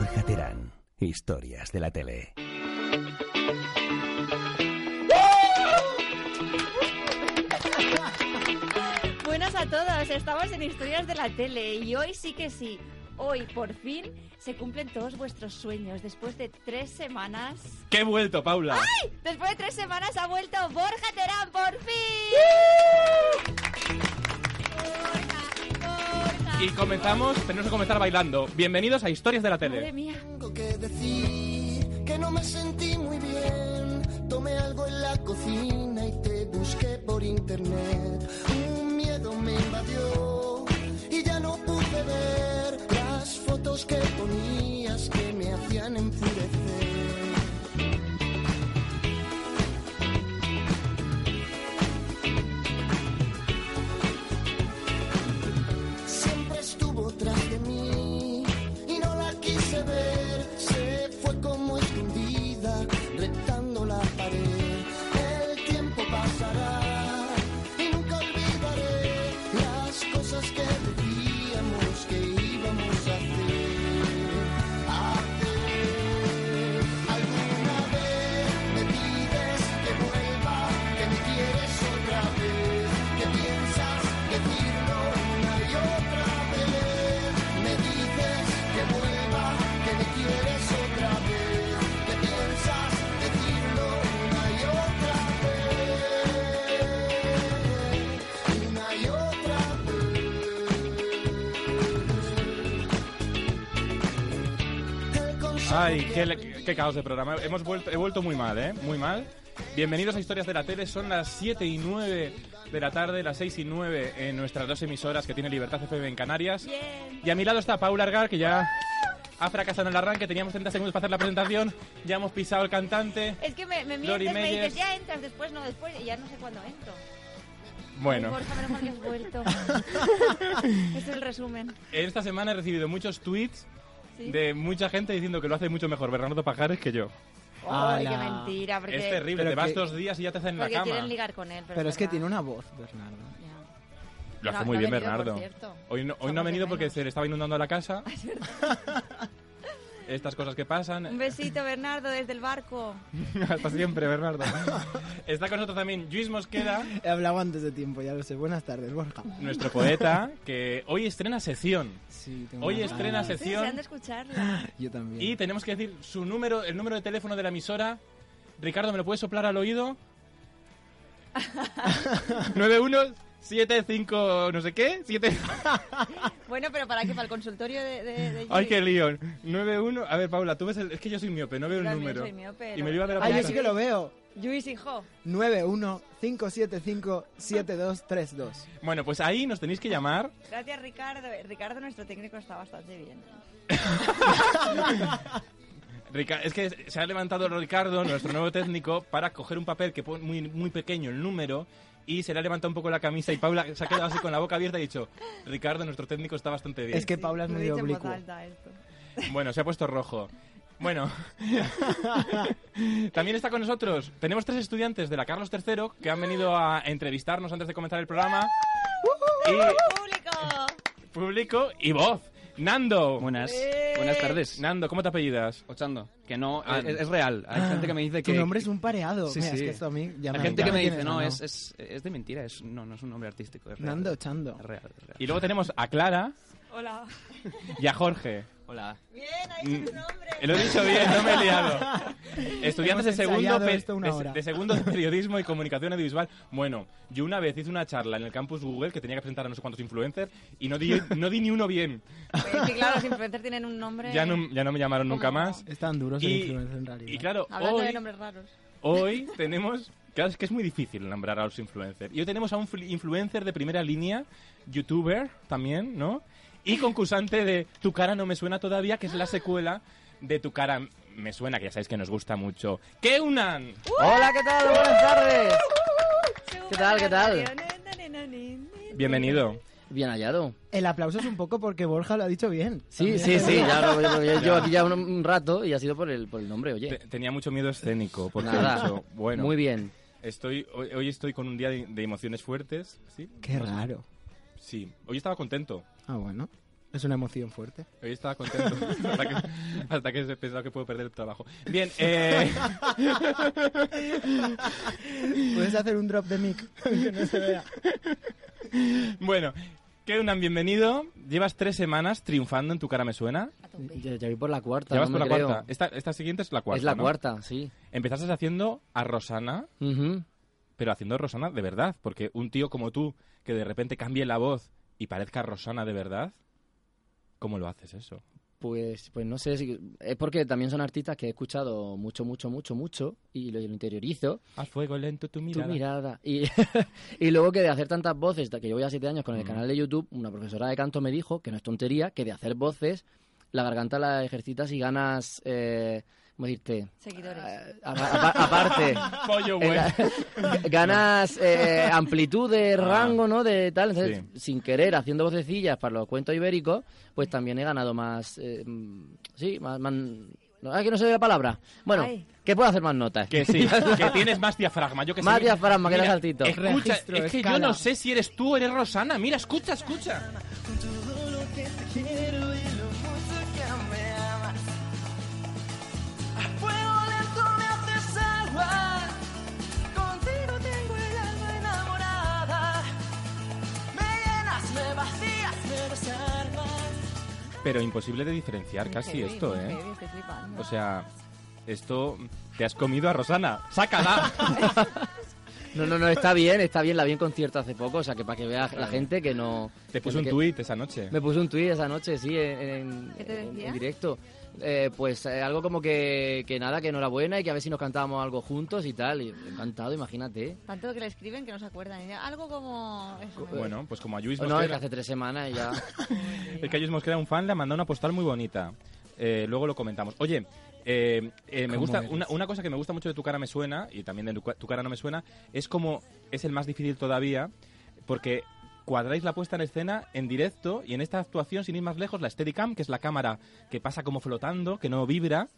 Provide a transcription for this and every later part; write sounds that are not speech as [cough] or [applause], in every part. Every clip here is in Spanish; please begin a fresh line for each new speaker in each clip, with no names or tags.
Jaterán. Historias de la tele.
[laughs] Buenas a todos, estamos en Historias de la Tele y hoy sí que sí, hoy por fin se cumplen todos vuestros sueños después de tres semanas.
¡Que he vuelto, Paula!
¡Ay! Después de tres semanas ha vuelto Borja Terán, por fin. Borja, Borja.
Y comenzamos, tenemos que comenzar bailando. Bienvenidos a Historias de la
Madre
Tele.
mía.
Tengo que decir que no me sentí muy bien. Tomé algo en la cocina y te busqué por internet. Un miedo me invadió y ya no pude ver las fotos que ponías que me hacían enfurecer. siempre estuvo tras de mí y no la quise ver. Se fue como escondida, retando la pared. El tiempo pasará y nunca olvidaré las cosas que decíamos que íbamos a hacer. Hacer. Alguna vez me pides que vuelva, que me quieres otra vez, que piensas decirlo una y otra vez. Me dices que vuelva, que me quieres otra vez, que piensas decirlo una y otra vez, una y otra vez.
Ay, qué, le- qué caos de programa. Hemos vuelto, he vuelto muy mal, ¿eh? Muy mal. Bienvenidos a Historias de la Tele. Son las 7 y 9 de la tarde, las 6 y 9 en nuestras dos emisoras que tiene Libertad FM en Canarias.
Bien.
Y a mi lado está Paula Argar, que ya ha fracasado en el arranque. Teníamos 30 segundos para hacer la presentación. Ya hemos pisado el cantante.
Es que me, me
Lori
mientes, me
Meyers.
dices, ya entras, después no, después, y ya no sé cuándo entro.
Bueno.
Borja, menos mal que has
[laughs]
vuelto. es el resumen.
Esta semana he recibido muchos tweets
¿sí?
de mucha gente diciendo que lo hace mucho mejor Bernardo Pajares que yo.
Ay, qué
Ala.
mentira, porque,
es terrible,
Pero
te vas
que-
dos días y ya te hacen en la
porque
cama.
quieren ligar con él. Pero,
Pero es que
verdad.
tiene una voz, Bernardo.
Ya.
Lo hace
No,
muy
no ha
bien
venido,
Bernardo.
por cierto.
Hoy no, hoy
Somos
no ha
de
venido porque
menos.
se le estaba inundando
[laughs]
la casa. [laughs] Estas cosas que
Un
pasan. [laughs]
besito, Bernardo, desde el barco.
Hasta siempre, Bernardo. Está con nosotros también Luis Mosqueda,
[laughs] He hablado antes de tiempo, ya lo sé. Buenas tardes, Borja.
nuestro
[laughs]
poeta, que hoy estrena sección.
Sí, tengo
Hoy
unas
estrena
ganas.
sección.
Estoy deseando escucharla. [laughs]
Yo también.
Y tenemos que decir su número, el número de teléfono de la emisora. Ricardo, ¿me lo puedes soplar
[laughs]
al oído? 9175 no sé qué, 7
Bueno, pero ¿para qué? ¿Para el consultorio de, de, de
Ay,
Yuri?
qué lío. 91, a ver Paula, tú ves el... es que yo soy miope, no veo el
Yo también
número.
soy miope,
y
lo-
me lo iba de la
Ah, yo
cabeza.
sí que lo veo.
Luis, hijo.
915757232.
Bueno, pues ahí nos tenéis que llamar.
Gracias, Ricardo. Eh, Ricardo, nuestro técnico, está bastante bien. ¿eh?
Rica- Es que se ha levantado Ricardo, nuestro nuevo técnico, para coger un papel que pone muy, muy pequeño el número y se le ha levantado un poco la camisa y Paula se ha quedado así con la boca abierta y ha dicho, Ricardo, nuestro técnico está bastante bien.
Es que Paula es
Lo he
muy
dicho en voz
oblicua.
alta, esto.
Bueno, se ha puesto rojo.
[laughs]
Bueno, también está con nosotros. Tenemos tres estudiantes de la Carlos III que han venido a entrevistarnos antes de comenzar el programa. Y
¡Público!
público y voz. Nando.
Buenas,
Eh.
buenas tardes.
Nando, ¿cómo te apellidas?
Ochando, que no,
Ah.
es, es real. Hay gente que me dice que...
Tu nombre es un pareado.
Sí,
Mira, es
sí.
que esto a mí ya
Hay
me
gente que me
tiene
dice,
ganado.
no, es, es, es de mentira, es, no, no es un nombre artístico. Es real.
Nando Chando.
Es real, es real.
Y luego tenemos a Clara
Hola.
y a Jorge.
Hola.
Bien, ahí está tu nombre.
Mm. Eh, Lo he dicho bien, no me he
[laughs]
liado. Estudiantes de
Hemos
segundo,
ensayado
pe-
esto una
de-
hora.
de segundo de periodismo y comunicación audiovisual. Bueno, yo una vez hice una charla en el campus Google que tenía que presentar a no sé cuántos influencers y no
[laughs]
di, no di ni uno bien.
Es que claro, los influencers tienen un nombre.
Eh.
Ya no, ya no me llamaron nunca más.
Están duros el
Y,
influencer en realidad.
y claro,
Hablando de
hoy,
nombres raros.
hoy tenemos... Claro, es que es muy difícil nombrar a los influencers. Y hoy tenemos a un fl- influencer de primera línea, youtuber también, ¿no? Y concursante de Tu cara no me suena todavía, que es la secuela de Tu cara me suena, que ya sabéis que nos gusta mucho. ¡Que unan!
Hola, ¿qué tal? Buenas tardes. ¿Qué tal, qué tal?
Bienvenido.
Bien hallado.
El aplauso es un poco porque Borja lo ha dicho bien.
Sí, sí, sí, ya lo- yo, yo llevo aquí ya un, un rato y ha sido por el, por el nombre, oye.
Te- Tenía mucho miedo escénico, porque he
Pues Nada.
dicho, bueno,
Muy bien.
Estoy, hoy, hoy estoy con un día de, de emociones fuertes, ¿sí?
Qué raro.
Sí, hoy estaba contento.
[laughs] Ah, bueno. Es una emoción fuerte.
Hoy estaba contento. [laughs] hasta, que, hasta que he pensado que puedo perder el trabajo. Bien, eh,
[laughs]
Puedes hacer un drop de
[laughs]
mic. que no se vea.
bueno. Keunan, bienvenido. Llevas tres semanas triunfando en Tu cara me suena.
A tope.
Ya, ya voy por la cuarta.
Llevas
no
por la
me creo.
cuarta. Esta, esta siguiente es la cuarta.
es la
¿no?
cuarta, sí.
Empezaste haciendo a Rosana,
Ujú.
pero haciendo Rosana de verdad. Porque un tío como tú, que de repente cambie la voz y parezca Rosana de verdad, ¿cómo lo haces eso?
Pues, pues no sé, si- es porque también son artistas que he escuchado mucho, mucho, mucho, mucho y lo, lo interiorizo.
A fuego lento tu
Tu
mirada.
mirada. Y, y [laughs] luego que de hacer tantas voces, que yo voy a siete años con el
Mm.
canal de YouTube, una profesora de canto me dijo, que no es tontería, que de hacer voces la garganta la ejercitas y ganas, eh, ¿cómo decirte?
Seguidores.
Eh, apa- apa- aparte,
[laughs] Pollo
Eh,
bueno. Ah.
ga- [laughs] ganas eh, amplitud de rango, ¿no? De tal. Entonces, sin querer, haciendo vocecillas para los cuentos ibéricos, pues también he ganado más. eh, mm, sí, más. más- no, ah, que no se ve la palabra. Bueno,
Ay.
que puedo hacer más notas.
Que sí,
[laughs]
que tienes más diafragma. Yo que sé.
Más
Mira,
diafragma, que
mira,
eres altito.
Escucha,
Registro,
es que
escala.
yo no sé si eres tú o eres Rosana. Mira, escucha, escucha.
Todo lo que te quiero y lo mucho que me amas. A fuego lento me haces agua. Contigo tengo el alma enamorada. Me llenas, me vacías, me desarmas.
Pero imposible de diferenciar casi
Heavy,
esto,
muy
¿eh?
este
heavy, estoy flipando.
O sea, esto te has comido a Rosana. ¡Sácala!
No, no, no, está bien, está bien. La vi en concierto hace poco, o sea, que para que vea la gente que no.
Te
que-
puse un
que-
tuit esa noche.
Me puse un tuit esa noche, sí, en,
¿Qué te
en-
decía?
en directo. Eh, pues eh, algo como que, que nada, que enhorabuena y que a ver si nos cantábamos algo juntos y tal. Y encantado, imagínate.
Tanto que le escriben que no se acuerdan. Y Algo como... eso, ¿no?
Bueno, pues como a Luis
O eh, Oh, no, es que
Mosquera,
hace tres semanas y [laughs] ya.
el que a Lluís Mosquera, un fan, le ha mandado una postal muy bonita. Eh, luego lo comentamos. Oye, eh, eh, me
¿Cómo
gusta
eres?
una, una cosa que me gusta mucho de tu cara me suena y también de tu, ca- tu cara no me suena es como es el más difícil todavía porque cuadráis la puesta en escena en directo y en esta actuación sin ir más lejos la Steadicam que es la cámara que pasa como flotando que no vibra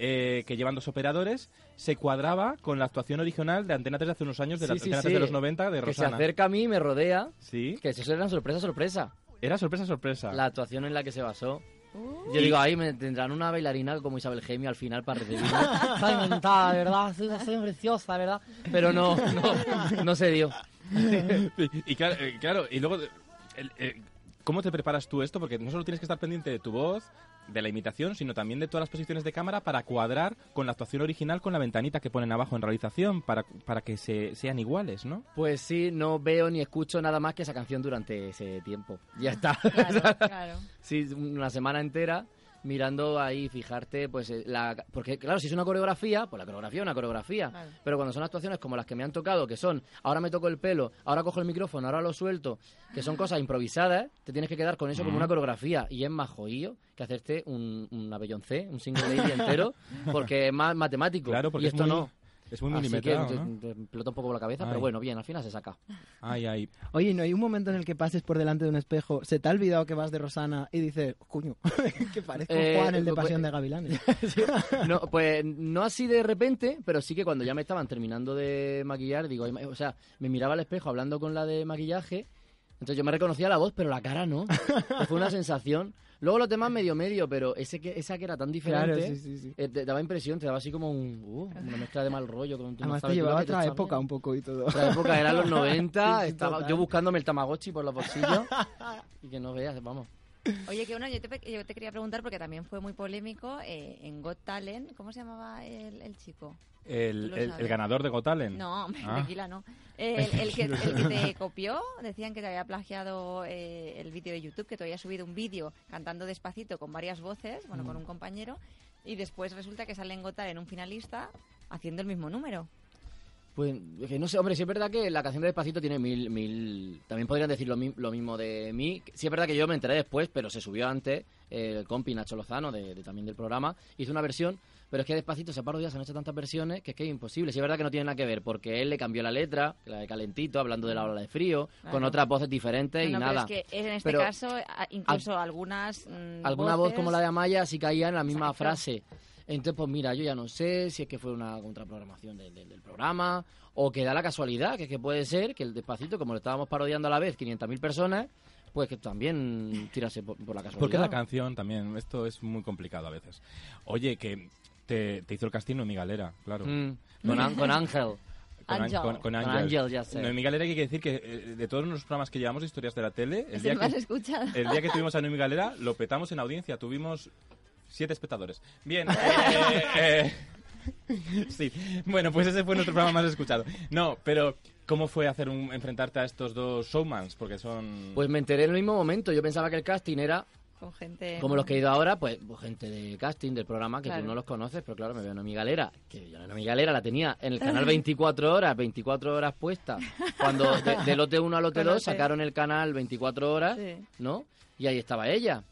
eh, que llevan dos operadores se cuadraba con la actuación
[laughs]
original de Antena 3 de hace unos años de la
Sí, sí,
Antena 3
sí.
de los 90 de
que se
Rosana
acerca a mí, me rodea.
sí
Que eso era sorpresa, sorpresa.
era sorpresa sorpresa
La actuación en la que se basó.
Uh,
Yo digo, ahí me tendrán una bailarina como Isabel Gemio al final
[laughs]
para recibirme. Está inventada, de ¿verdad? Soy, soy preciosa, ¿verdad? Pero no, no, no se dio.
Sí, y claro, eh, claro, y luego, eh, el- eh, ¿cómo te preparas tú esto? Porque no solo tienes que estar pendiente de tu voz, de la imitación, sino también de todas las posiciones de cámara para cuadrar con la actuación original, con la ventanita que ponen abajo en realización, para, para que se, sean iguales, ¿no?
Pues sí, no veo ni escucho nada más que esa canción durante ese tiempo. Ya está.
[laughs]
[laughs]
claro, claro.
sí, una semana entera mirando ahí, fijarte, pues eh, la... Porque claro, si es una coreografía, pues la coreografía es una coreografía.
Claro.
Pero cuando son actuaciones como las que me han tocado, que son ahora me toco el pelo, ahora cojo el micrófono, ahora lo suelto, que son cosas improvisadas, te tienes que quedar con eso como una coreografía. Y es más jodido que hacerte un, un avelloncé, un single lady entero, porque es más matemático.
Claro, porque
y
es
esto
muy,
no.
es muy
Así que
milimetrado,
te-
¿no?
te explota un poco por la cabeza, pero
Ay.
bueno, bien, al final se saca.
Ay, ay.
Oye, ¿y ¿no hay un momento en el que pases por delante de un espejo, se te ha olvidado que vas de Rosana y dices, coño, [laughs] que parezco
Eh,
Juan el de
pues-
Pasión de Gavilanes?
[laughs] No, pues no así de repente, pero sí que cuando ya me estaban terminando de maquillar, digo, ay, ma- o sea, me miraba al espejo hablando con la de maquillaje, entonces yo me reconocía la voz, pero la cara no. Pues fue una sensación. Luego los demás medio medio, pero ese que, esa que era tan diferente,
Claro, sí, sí, sí.
eh, te daba impresión, te daba así como un, uh, una mezcla de mal rollo. Con, tú no
Además te
sabes tú lo
llevaba a
que te
otra
está-
época un poco y todo.
Otra época, eran los 90,
[laughs] Sí, sí,
estaba
total.
yo buscándome el Tamagotchi por los
[laughs]
bolsillos y que no veas, vamos.
Oye, que uno, yo te, pe- yo te quería preguntar porque también fue muy polémico eh, en Got Talent. ¿Cómo se llamaba el, el chico? Tú
El,
lo
el- el
sabes.
ganador de Got Talent.
No, hombre,
Ah.
tequila no. Eh, El, el que, el que
[laughs]
te copió, decían que te había plagiado eh, el vídeo de YouTube, que te había subido un vídeo cantando despacito con varias voces, bueno,
Mm.
con un compañero, y después resulta que sale en Got Talent un finalista haciendo el mismo número.
Pues que no sé, hombre, sí es verdad que la canción de Despacito tiene mil, mil... También podrían decir lo, mi- lo mismo de mí. Sí es verdad que yo me enteré después, pero se subió antes eh, el compi Nacho Lozano, de, de- también del programa, hizo una versión, pero es que Despacito se ha parodiado, se han hecho tantas versiones que es que es imposible. Sí es verdad que no tiene nada que ver, porque él le cambió la letra, la de Calentito, hablando de la ola de frío, con
Claro.
otras voces diferentes y
No, no,
nada.
Pero es que en este
Pero-
caso, a- incluso algunas. mm,
Alguna voz
voces-
como la
[laughs]
de Amaya sí caía en la misma
Exacto.
frase. Entonces, pues mira, yo ya no sé si es que fue una contraprogramación de- de- del programa o que da la casualidad, que, es que puede ser que el despacito, como lo estábamos parodiando a la vez 500.000 personas, pues que también tirase por, por la casualidad.
Porque es Pues la canción también. Esto es muy complicado a veces. Oye, que te, te hizo el casting Noemí Galera, claro.
Mm, con, An- con Ángel.
Con,
Ángel.
An- con, con
Con
Ángel.
Ángel, ya sé.
Noemí Galera, que hay que decir que eh, de todos los programas que llevamos de historias de la tele,
Es
el
el
día
más
que,
escuchado.
el día que tuvimos a Noemí Galera, lo petamos en audiencia. Tuvimos siete espectadores. Bien. eh, eh, eh, sí. Bueno, pues ese fue nuestro programa más escuchado. No, pero ¿cómo fue hacer un, enfrentarte a estos dos showmans? Porque son...
Pues me enteré en el mismo momento. Yo pensaba que el casting era
Con gente...
como los que he ido ahora, pues, pues, gente de casting del programa que
Claro.
tú no los conoces, pero claro, me veo en mi galera, que yo en mi galera la tenía
[laughs]
en el canal 24 horas, 24 horas puesta. Cuando de, de lote 1 a lote
Conoce.
2 sacaron el canal 24 horas,
Sí.
¿no? Y ahí estaba ella.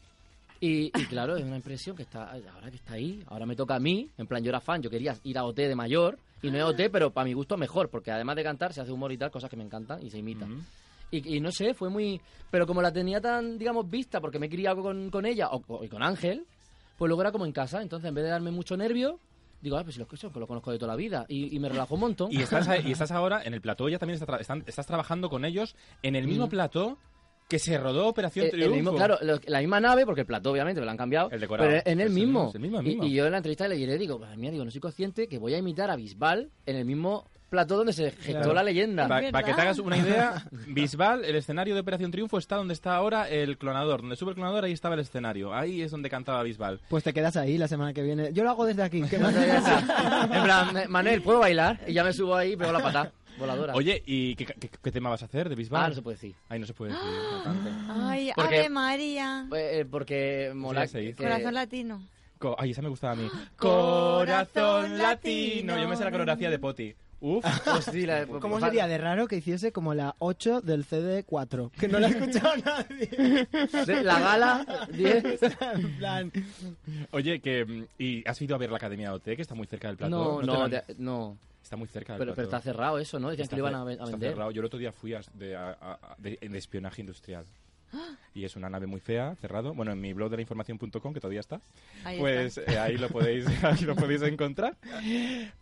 Y, y claro, es una impresión que está, ahora que está ahí, ahora me toca a mí, en plan yo era fan, yo quería ir a OT de mayor, y no es OT, pero para mi gusto mejor, porque además de cantar se hace humor y tal, cosas que me encantan y se imitan.
Ujú.
Y, y no sé, fue muy... Pero como la tenía tan, digamos, vista, porque me he criado con, con ella o, o- y con Ángel, pues luego era como en casa. Entonces, en vez de darme mucho nervio, digo, ah, pues si lo, escucho, que lo conozco de toda la vida. Y, y me relajó un montón.
Y estás, y estás ahora en el plató, ya también está tra- están- estás trabajando con ellos en el mismo
Mm.
plató que se rodó Operación
Eh, el
Triunfo.
mismo- claro, lo- la misma nave, porque el plató obviamente me lo han cambiado.
El decorado.
Pero en
Es
el
el mismo,
mismo.
es el mismo, el
Y-
mismo.
Y, yo en la entrevista le diré, digo, madre mía, digo, no soy consciente que voy a imitar a Bisbal en el mismo plató donde se gestó
Claro.
Eh, la leyenda.
Para
Es
que te
verdad.
hagas una idea, Bisbal, el escenario de Operación Triunfo está donde está ahora el clonador. Donde sube el clonador, ahí estaba el escenario. Ahí es donde cantaba Bisbal.
Pues te quedas ahí la semana que viene. Yo lo hago
[laughs]
desde aquí. ¿qué más?
en plan, eh, Manel, ¿puedo bailar? Y ya me subo ahí y pego la pata voladora.
Oye, ¿y qué, qué- qué tema vas a hacer de Bisbal?
Ah, no se puede decir.
Ahí no se puede decir. no tanto.
Ah. Ay,
Porque-
Ave María.
Eh, eh, porque mola.
ya se hizo.
que-
Corazón latino.
Co- Ay, esa me gustaba a mí.
Corazón
Yo me sé la
latino.
coreografía de Poti. Uf.
Hostia, pues,
¿Cómo
fa-
sería de raro que hiciese como la 8 del CD4? Que no la ha escuchado nadie.
de- La gala
[laughs]
10.
en plan,
Oye, que mm, ¿y has ido a ver la Academia OT, que está muy cerca del plató?
No,
te la-
no, de- no.
Está muy cerca del
Pero, pero
plató.
está cerrado eso, ¿no? Decían que lo iban a,
cer-
ve- a
está
vender.
cerrado. Yo el otro día fui a, de, a- a- de- de espionaje industrial. Y es una nave muy fea, cerrado. Bueno, en mi blog de la información.com, que todavía está,
Ahí
pues
está.
eh, ahí, lo podéis, [laughs] ahí lo podéis encontrar.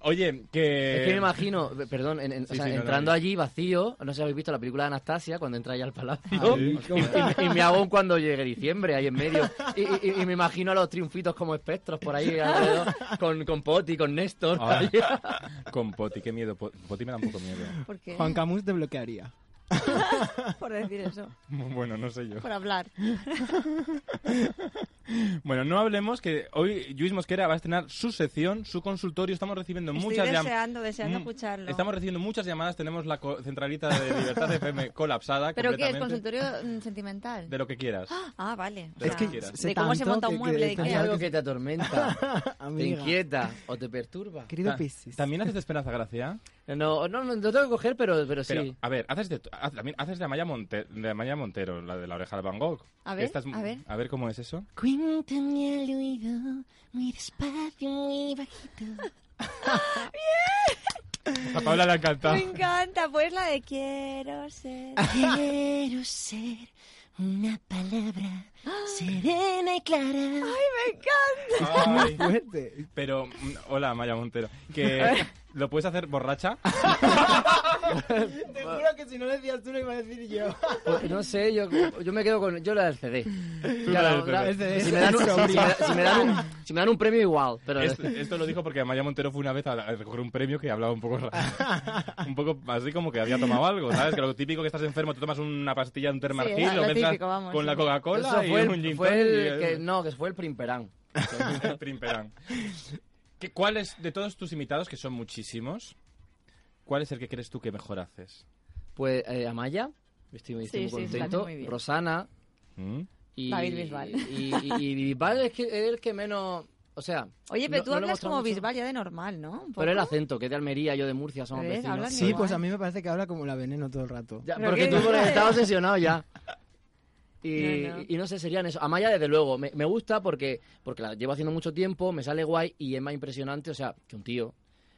Oye, que...
[laughs] Es que me imagino, eh, perdón, en- en- o
Sí,
sea,
sí, no, no,
entrando
no.
allí vacío, no sé si habéis visto la película de Anastasia cuando entra allá al palacio.
Ah, Sí.
[laughs] Y, y me hago un cuando llegue diciembre, ahí en medio. Y, y- y me imagino a los triunfitos como espectros por ahí alrededor, con, con Poti, con Néstor.
[laughs] Ah.
ahí.
Con Poti, qué miedo. Po- Poti me da un poco miedo.
¿Por qué?
Juan Camus te bloquearía.
Por decir eso.
[laughs] Bueno, no sé yo.
Por hablar.
Bueno, no hablemos que hoy Luis Mosquera va a estrenar su sección, su consultorio. Estamos recibiendo
Estoy
muchas llam-
deseando, deseando
Mm,
escucharlo.
Estamos recibiendo muchas llamadas. Tenemos la co- centralita de
[laughs]
Libertad FM colapsada.
¿Pero qué es?
completamente.
¿Consultorio mm, sentimental?
De lo que quieras.
[gasps] Ah, vale. O
Es
sea,
que
sé
de cómo se
tanto
monta un
que-
mueble de
que-
Hay
Ikea.
algo que
[laughs]
te atormenta, te
Amiga,
inquieta o te perturba.
querido
Ta-
Piscis.
Ah, También haces de Esperanza Gracia.
No, no, no, lo tengo que coger, pero, pero sí.
Pero, a ver, haces de, haz- también haces de Amaya, Monte- de Amaya Montero, la de la oreja de Van Gogh.
A ver,
Esta es-
a ver.
A ver cómo es eso.
[laughs] Cuéntame al oído, muy despacio,
[gasps]
muy bajito.
A Paula le ha encantado.
Me encanta, pues la de quiero
[laughs]
ser.
Quiero ser una palabra serena y clara.
Ay,
Fuerte.
pero, mm, hola Amaya Montero.
[laughs]
Que lo puedes hacer borracha.
Te juro que si no decías tú, lo iba a decir yo.
Pues no sé, yo, yo me quedo con. Yo la del CD. Ya,
la del CD. [laughs]
Si me dan un- si me da- si me dan un- si me dan un premio, igual. Pero
Esto, esto lo dijo porque Amaya Montero fue una vez a, a recoger un premio que hablaba un poco
[laughs]
raro. Un poco así como que había tomado algo, ¿sabes? Que lo típico que estás enfermo, te tomas una pastilla, un termargil,
Sí, lo
lo mezclas
típico, vamos,
con la
sí.
Coca-Cola
eso
y
fue
un
el,
gin
fue
tonic
el
y- [laughs]
que. No, que fue el Primperán.
El Primperán. ¿Qué- ¿Cuál es, de todos tus invitados, que son muchísimos, cuál es el que crees tú que mejor haces?
Pues eh, Amaya, estoy, estoy
Sí,
muy
sí, está
contento.
muy bien.
Rosana
¿Mm?
y.
David Bisbal.
Y, y- y Bisbal es que es el que menos. O sea.
Oye, pero
no-
tú
no lo he
hablas
mostrado
como
mucho.
Bisbal ya de normal, ¿no? Un
Pero el
poco.
acento, que es de Almería, yo de Murcia, somos
¿Ves?
vecinos.
Hablan
Sí,
igual.
pues a mí me parece que habla como la veneno todo el rato.
Ya,
¿Pero
porque
qué
tú
dices?
estás obsesionado ya. Y y
No,
no,
no.
sé, serían eso. Amaya, desde luego, me, me gusta porque, porque la llevo haciendo mucho tiempo, me sale guay y es más impresionante, o sea, que un tío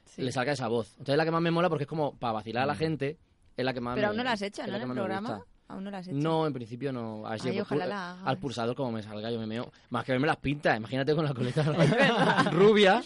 Sí.
le saca esa voz. Entonces es la que más me mola porque es como para vacilar a
Mm.
la gente, es la que más
Pero
me-
aún no la has hecho,
es
¿no?
la
En
que
el
más me
programa.
gusta.
Aún no la has hecho.
No, en principio no. Así
Ay,
pues,
ojalá
pu-
la hagas.
Al
[laughs]
pulsador como me salga yo me meo. Más que verme las pintas, imagínate con la coleta rubia.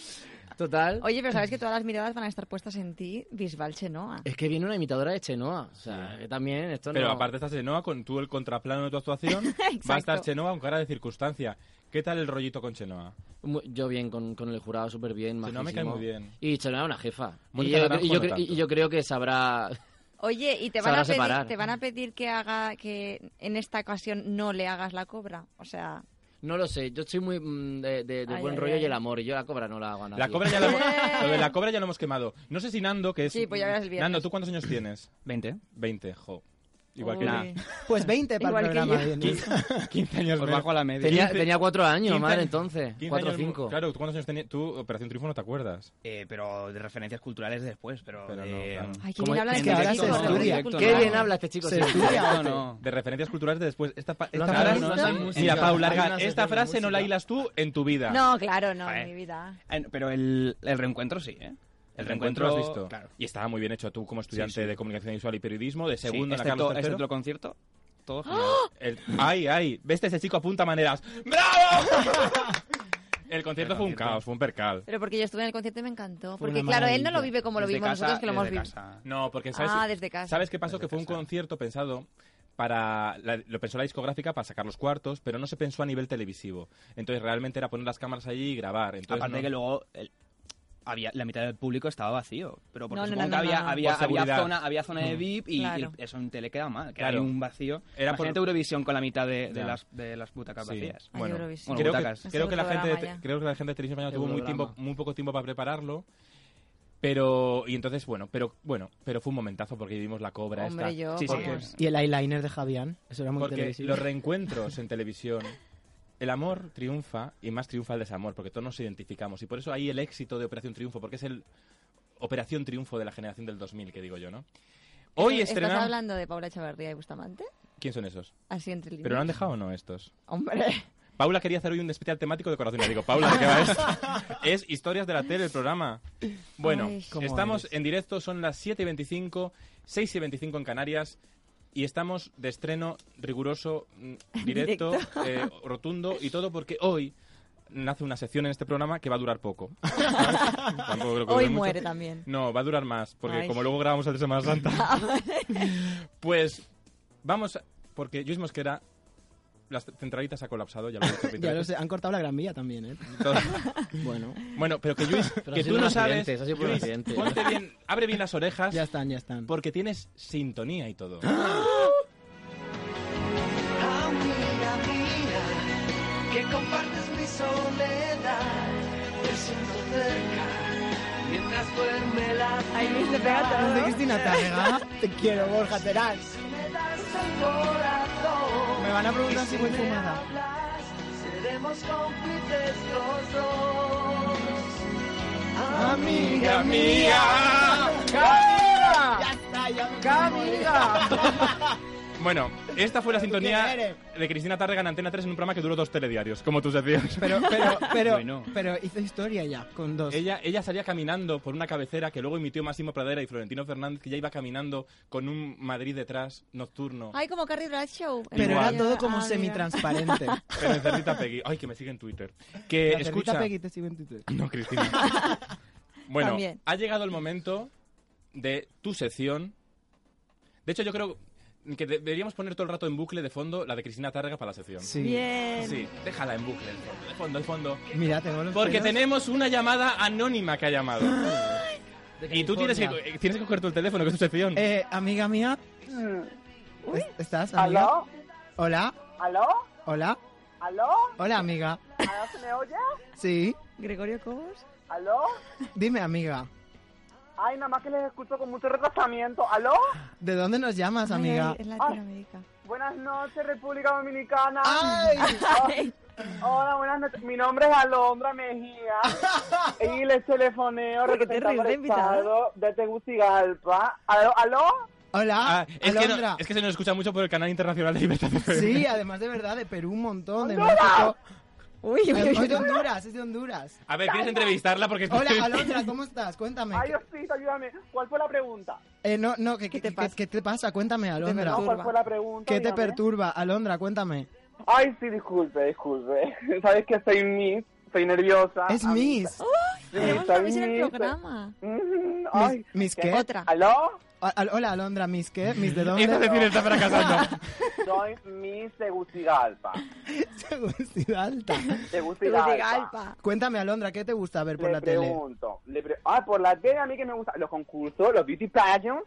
Total.
Oye, pero sabes que todas las miradas van a estar puestas en ti, Bisbal Chenoa.
Es que viene una imitadora de Chenoa. O sea, que también esto
Pero
no...
aparte está Chenoa con tú el contraplano de
[laughs]
tu actuación. va a estar
Exacto.
Chenoa con cara de circunstancia. ¿Qué tal el rollito con Chenoa?
Mu- Yo bien, con, con el jurado súper bien,
Chenoa me cae muy bien.
Y Chenoa es una jefa. Y
Mónica
yo,
Naranjo
y yo
no
cre-
tanto.
y yo creo que sabrá... [laughs]
Oye, ¿y te van,
Sabrá
a pedir,
separar.
te van a pedir que haga que en esta ocasión no le hagas la cobra? O sea,
No lo sé, yo soy muy mm, de, de- de
Ay,
buen
ay,
rollo
ay.
y el amor, y yo la cobra no la hago a nadie.
La cobra
[laughs]
ya
[laughs]
la, hemos- lo de la cobra ya lo hemos quemado. No sé si Nando, que es...
Sí, pues ya verás el viernes.
Nando, ¿tú cuántos años tienes?
20.
20, jo. Igual
Uy.
que yo.
Pues 20 para el
Igual que
programa.
yo.
bien.
15 años
Os
menos.
bajo a la media.
Tenía,
15
tenía cuatro años,
15
madre,
años-
entonces.
15
Cuatro o
años-
cinco.
Claro, ¿tú cuántos años tenías? Tú, Operación Triunfo, no te acuerdas.
Eh, pero de referencias culturales de después, pero...
Pero no,
de- mm,
claro.
ay, qué
Como
bien
es
habla este
que
de
en
sus
directo
hijos, de
no, en
sus
directo no.
culturas.
Qué
Claro.
bien habla este chico.
Se
sí.
estudia.
No, no.
De referencias culturales de después. Esta, pa- esta
han
frase...
hablado, no han hablado de
Mira,
música.
Pau,
Hay
larga.
una sección
Esta
de
frase no la
música.
hilas tú en tu vida.
No, claro, no, en
Joder.
mi vida.
Ah, no, Pero el, el reencuentro sí, ¿eh?
El reencuentro lo has visto.
Claro.
Y estaba muy bien hecho tú como estudiante
Sí, sí.
de comunicación visual y periodismo, de
Sí,
segundo en la
excepto,
Carlos III.
excepto el concierto, todo genial.
¡Ah!
El- ¡Ay, ay! ¿Ves ese chico apunta maneras? ¡Bravo! el concierto
El
fue un
concierto.
caos, fue un percal.
[laughs] Pero porque yo estuve en el concierto y me encantó.
Fue
Porque
una
claro, él no lo
maravilla.
vive como lo
Desde
vimos nosotros
casa-
que lo hemos
desde
vivido.
casa.
No, porque ¿sabes?
Ah, desde casa.
¿Sabes qué pasó?
Desde
que fue un
casa.
concierto pensado para la- lo pensó la discográfica para sacar los cuartos, pero no se pensó a nivel televisivo. Entonces realmente era poner las cámaras allí y grabar. Entonces,
Aparte
no-
que luego el- había, la mitad del público estaba vacío. Pero porque
No, no,
supongo
no,
que
no,
había,
no, no.
había,
Por
había
seguridad. Mm.
zona, había zona de VIP y,
Claro.
y eso en tele queda mal, que
Claro.
hay un vacío.
Era
Era
por-
Imagínate Eurovisión con la mitad de, de
Ya.
las, de las butacas
Sí.
vacías.
Ay,
Bueno,
Eurovisión.
creo,
Butacas.
que,
Este
creo que la gente
programa
de,
ya.
te- creo que la gente de televisión española tuvo muy
Eurodrama.
tiempo, muy poco tiempo para prepararlo. Pero y entonces bueno, pero bueno, pero fue un momentazo porque vivimos la cobra
Hombre,
esta.
yo,
sí, sí,
vamos.
Y el eyeliner de Javián. Eso era muy
porque
televisivo.
los reencuentros en televisión el amor triunfa y más triunfa el desamor, porque todos nos identificamos y por eso ahí el éxito de Operación Triunfo, porque es el Operación Triunfo de la generación del 2000, que digo yo, ¿no? Hoy
¿Estás
estrenamos
hablando de Paula Echavarría y Bustamante?
¿Quién son esos?
Así entre líneas.
¿Pero lo han dejado o no estos?
Hombre.
Paula quería hacer hoy un especial temático de corazón. Le digo, Paula, ¿de qué va
[laughs]
esto? es historias de la tele, el programa. Bueno,
Ay.
¿Cómo
estamos
eres?
en directo, son las 7 y 25, 6 y 25 en Canarias. Y estamos de estreno riguroso,
[laughs]
mm, directo, eh, rotundo y todo porque hoy nace una sección en este programa que va a durar
[laughs]
poco. Tampoco creo que dure
Hoy
mucho.
muere también.
No, va a durar más, porque
Ay.
como luego grabamos el de
[laughs]
Semana Santa. pues vamos, a- porque Luis Mosquera, las centralitas ha colapsado, ya lo he dicho 20
[laughs] Ya lo
veces.
sé, han cortado la gran vía también, ¿eh?
Todo-
Bueno,
Bueno, pero que
[laughs]
Luis,
Pero ha
que
sido
tú
un
no sabes.
accidente, eso ha sido por un
Lluís,
accidente.
ponte bien, abre bien las orejas
ya están, ya están.
porque tienes sintonía y todo.
Ah, mira, mira, que compartes mi soledad. Te siento cerca mientras duerme la
Ay, Luis, te pega todo.
Desde Cristina Tárrega, te quiero, Borja Terás.
me das el corazón.
Me van a preguntar
Y
si voy
me
fumada.
hablas, Seremos cómplices los dos.
Amiga
mía. ¡Ah!
¡Camila! ¡Ya está, ya me ¡Camila!
Bueno, esta fue la
quién
sintonía
eres?
de Cristina Tárrega en Antena 3 en un programa que duró dos telediarios, como tus decías.
Pero, pero, pero,
Bueno.
pero hizo historia ya, con dos.
Ella, ella salía caminando por una cabecera que luego emitió Máximo Pradera y Florentino Fernández, que ya iba caminando con un Madrid detrás, nocturno.
Ay, como Carrie Bradshaw. Show.
Pero
Igual.
era todo como semitransparente.
Pero en Cerdita Peggy. Ay, que me sigue en Twitter. Que
La cerdita
escucha.
Peggy te sigue en Twitter.
[laughs] No, Cristina. bueno,
También.
ha llegado el momento de tu sección. De hecho, yo creo que de- deberíamos poner todo el rato en bucle de fondo la de Cristina Tárrega para la sección.
Sí.
Bien.
Sí, déjala en bucle, de fondo, de fondo, de fondo.
Mira, tengo los
Porque
pelos.
tenemos una llamada anónima que ha llamado. Y tú tienes que, eh, tienes que coger tu teléfono, que es tu sección.
Eh, amiga mía. ¿est- ¿Estás, amiga?
¿Aló?
Hola,
¿Aló?
hola,
¿Aló?
hola, amiga.
¿Ahora se me oye?
Sí,
Gregorio Cobos.
¿Aló?
dime, amiga.
Ay, nada más que les escucho con mucho retrasamiento. ¿Aló?
¿De dónde nos llamas,
Ay,
amiga?
ay, es Latinoamérica.
Buenas noches, República Dominicana.
¡Ay!
Ay,
Hola, buenas noches. Mi nombre es Alondra Mejía y les telefoneo
Pero qué terrible
representando al
invitada.
estado de Tegucigalpa. ¿Aló? ¿Aló?
Hola,
Ah, es, que no-
Alondra.
es que se nos escucha mucho por el canal internacional de Libertad.
[laughs]
FM.
Sí, además de verdad, de Perú un montón, de México.
Uy, uy, uy,
Eh, Es
uy.
de Honduras, es de Honduras.
A ver, ¿quieres entrevistarla? Porque
Hola, Alondra, ¿cómo estás? Cuéntame.
Ay, Diosito, ayúdame. ¿Cuál fue la pregunta?
Eh, no, no, ¿qué, qué,
te
qué-
pasa?
qué te pasa? Cuéntame, Alondra.
No, ¿cuál
Perturba.
fue la pregunta?
¿Qué te
Dígame.
perturba? Alondra, cuéntame.
[laughs] Ay, sí, disculpe, disculpe. Sabes que soy Miss, soy nerviosa.
Es
A mí-
Miss.
Tenemos una misión en el programa.
Mis, mis qué?
Otra.
Mm, ¿Aló?
A- al- hola, Alondra, mis qué? Mis de dónde?
Esta
decir está
[laughs]
fracasando.
[laughs] Soy Miss Tegucigalpa.
Tegucigalpa.
Tegucigalpa.
Cuéntame, Alondra, ¿qué te gusta ver por
le
la
pregunto, le pre- ah, por la tele a mí que me gusta, los concursos, los beauty pageants,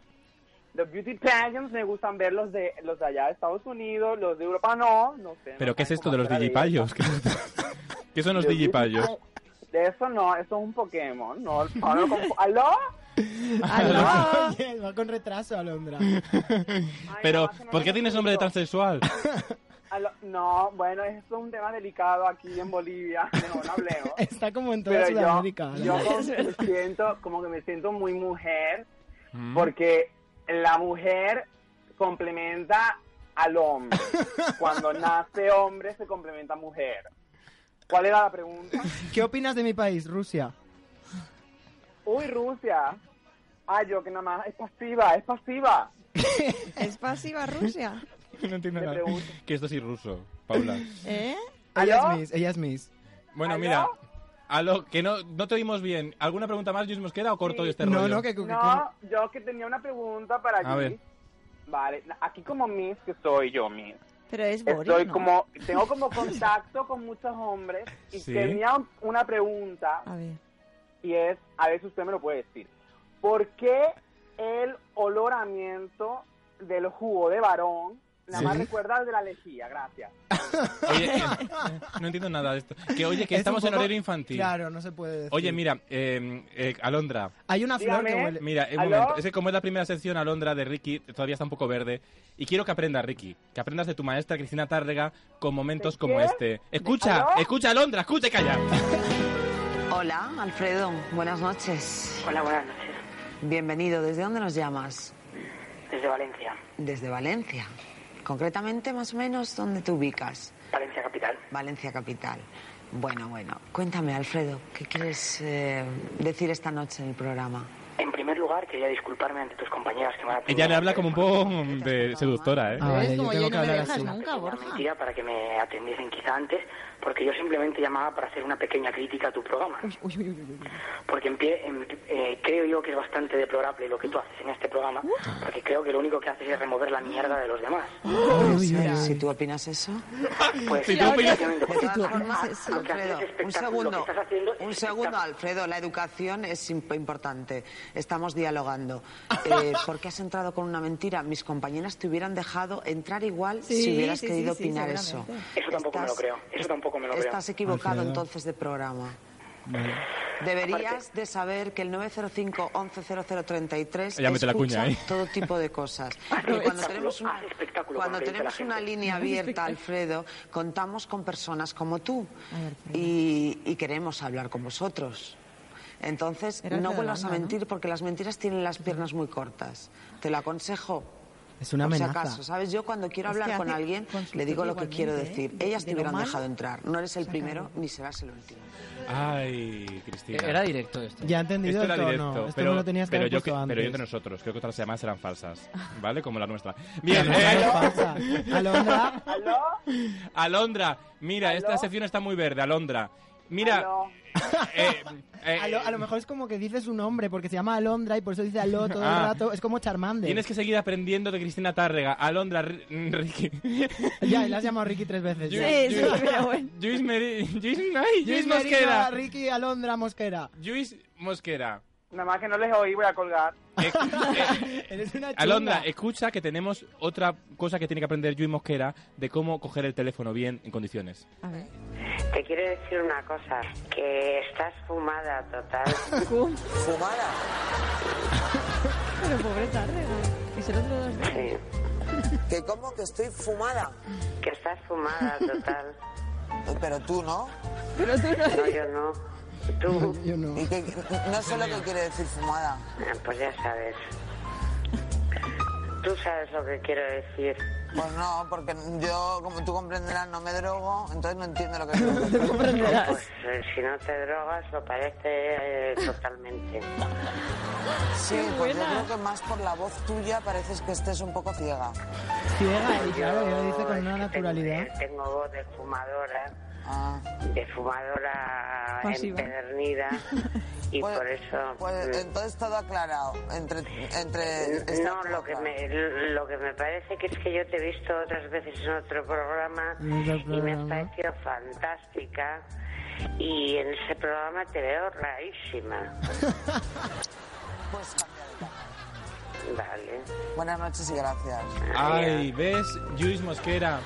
los beauty pageants me gustan ver los de los de allá de Estados Unidos, los de Europa no, no sé.
¿Pero
no
qué es
saben
esto
cómo
de los
hacer la
digipayos? [laughs] ¿Qué, es esto? ¿Qué
[laughs]
son los
Los
digipayos?
De eso no, eso es un Pokémon, no, no lo confu- ¿Aló?
tele? Oye, [laughs] va con retraso, Alondra.
Pero,
además,
¿por qué tienes nombre de
[laughs]
transexual?
[laughs] ¿Aló? No, bueno, eso es un tema delicado aquí en Bolivia, no, no hablemos.
Está como [laughs] en toda
Pero yo,
Sudamérica.
yo
Alondra.
como que me
[laughs]
siento, como que me siento muy mujer,
Mm.
Mm.
porque la mujer complementa al hombre. Cuando nace hombre se complementa a mujer. ¿Cuál era la pregunta?
¿Qué opinas de mi país, Rusia?
Uy, Rusia. Ay, yo que nada más es pasiva, es pasiva.
[laughs] ¿Es pasiva Rusia?
[laughs] No entiendo
Le
nada.
pregunto.
Que esto sí ruso, Paula.
¿Eh?
Ella
¿Aló?
es Miss, ella es Miss.
Bueno,
¿Aló?
mira. Aló, que no, no te oímos bien. ¿Alguna pregunta más, Luis Mosquera, o corto
Sí.
este
No,
rollo?
no, que... que-
No, yo que tenía una pregunta para
A
Miss.
ver.
Vale, aquí como Miss, que soy yo, Miss.
Pero es Boris,
Estoy
¿no?
como, tengo como contacto con muchos hombres y
Sí.
tenía una pregunta
A ver.
y es, a ver si usted me lo puede decir. ¿Por qué el oloramiento del jugo de varón nada más
Sí.
recuerda al de la lejía? Gracias.
Oye, eh, no entiendo nada de esto. Que oye, que
es un
estamos en
poco-
horario infantil.
Claro, no se puede decir.
Oye, mira, eh, eh, Alondra,
Hay una flor
dígame.
que huele...
mira, un
¿Aló?
momento. Es que como es la primera sección Alondra de Ricky, todavía está un poco verde. Y quiero que aprendas, Ricky, que aprendas de tu maestra Cristina Tárrega con momentos
¿De
como
quién?
este. Escucha,
¿Aló?
escucha, Alondra, escucha y calla.
Hola, Alfredo. Buenas noches.
Hola, buenas noches.
Bienvenido. ¿Desde dónde nos llamas?
Desde Valencia,
Desde Valencia. Concretamente, más o menos, ¿dónde te ubicas?
Valencia capital.
Valencia capital. Bueno, bueno. Cuéntame, Alfredo, ¿qué quieres eh, decir esta noche en el programa?
En primer lugar, quería disculparme ante tus compañeras que me han
Ella le habla como un poco de seductora, ¿eh?
Ah, vale,
Es
yo
como
tengo
yo
que
no me
hablar
dejas
así.
nunca, Borja.
para que me atendiesen quizá antes, porque yo simplemente llamaba para hacer una pequeña crítica a tu programa.
Uy, uy, uy, uy, uy.
porque en pie- en- eh, creo yo que es bastante deplorable lo que tú haces en este programa, porque creo que lo único que haces es remover la mierda de los demás.
Si- Eh, Si tú opinas eso.
Pues
Si tú opinas-
De
efectivamente,
todas
lo que
formas,
haces
es- Alfredo,
es
un
espectacular,
segundo,
lo que estás haciendo es
un segundo,
espectacular.
Alfredo, la educación es imp- importante. Estamos
[laughs]
dialogando. Eh, ¿Por qué has entrado con una mentira? Mis compañeras te hubieran dejado entrar igual
Sí,
si hubieras
sí,
querido
sí, sí,
opinar eso.
seguramente.
Eso tampoco me lo
Estás-
creo, eso tampoco me lo creo.
Estás equivocado
Alfredo.
entonces de programa. Deberías de saber que el 905 110033
Ya mete la
escucha
cuña ¿eh? ahí.
todo tipo de
[laughs]
cosas. Y cuando tenemos una,
haz espectáculo
cuando
con lo que dice
tenemos
la
una
gente.
línea abierta, Alfredo, contamos con personas como tú y, y queremos hablar con vosotros. Entonces,
Era
no
Alfredo
vuelvas a
Landa, ¿no?
mentir porque las mentiras tienen las piernas muy cortas. Te lo aconsejo.
Es una
por si
amenaza.
acaso, ¿sabes? Yo cuando quiero
Es que
hablar con
hace
alguien,
consultorio
le digo lo que quiero
igualmente,
decir.
¿eh? De-
Ellas
de
te
lo
hubieran
malo,
dejado entrar. No eres el
saca
primero
algo.
ni serás el último.
Ay, Cristina.
Era directo esto.
Ya he entendido
Esto era
el tono.
directo,
Esto
pero,
me lo tenías que
pero
haber
yo
puesto
que-
antes.
pero yo entre nosotros, creo que otras llamadas eran
[laughs]
falsas, ¿vale? Como la nuestra. Bien, eh,
¿Qué pasa? Alondra,
¿Aló?
Alondra, mira, esta
¿Aló?
sección está muy verde, Alondra. Mira,
¿Aló?
[laughs] eh, eh,
a lo, a lo mejor es como que dices su nombre porque se llama Alondra y por eso dice Aló todo
Ah.
el rato. Es como Charmander.
tienes que seguir aprendiendo de Cristina Tárrega. Alondra, R- [laughs] Ricky.
[laughs] Ya, y la has llamado Ricky tres veces.
Luis-
ya.
Sí, sí,
Luis-
pero
[laughs]
bueno.
Luis Meri- Luis- ay, Luis
Luis Merino,
Mosquera.
Ricky Alondra Mosquera.
Luis Mosquera.
Nada más que no les oí, voy a colgar.
[laughs]
Eh, eh,
Eres una chunga.
Alondra, eh. escucha que tenemos otra cosa que tiene que aprender Luis Mosquera de cómo coger el teléfono bien en condiciones.
A ver.
[laughs] Te quiero decir una cosa, que estás fumada
[laughs]
total.
¿Cómo?
¿Fumada?
Pero pobre tarde, ¿no? Y solo entre dos días.
Sí. ¿Que cómo que estoy fumada? Que estás fumada total. Pero tú no.
Pero tú no...
No, yo no. Tú.
Yo no.
¿Y que, no sé lo que quiere decir fumada. Pues ya sabes. Tú sabes lo que quiero decir. Pues no, porque yo, como tú comprenderás, no me drogo, entonces no entiendo lo
[laughs]
que quiero decir. Pues si no te drogas, lo parece eh, totalmente. Sí, pues yo creo que más por la voz tuya pareces que estés un poco ciega.
Ciega,
Pues
¿eh?
y claro, ya lo dice con una naturalidad.
eh, Tengo voz de Ah. fumadora. De fumadora
Pasiva.
empedernida Y por eso.
Pues
mm,
entonces todo aclarado. Entre, entre está
Eh, no,
todo
lo que,
aclarado.
me, lo que me parece que es que yo te he visto otras veces en otro programa
En otro
y me has
programa.
parecido fantástica y en ese programa te veo rarísima.
[laughs] Pues
Vale.
buenas noches y gracias.
Ay, ¿ves, Luis Mosquera?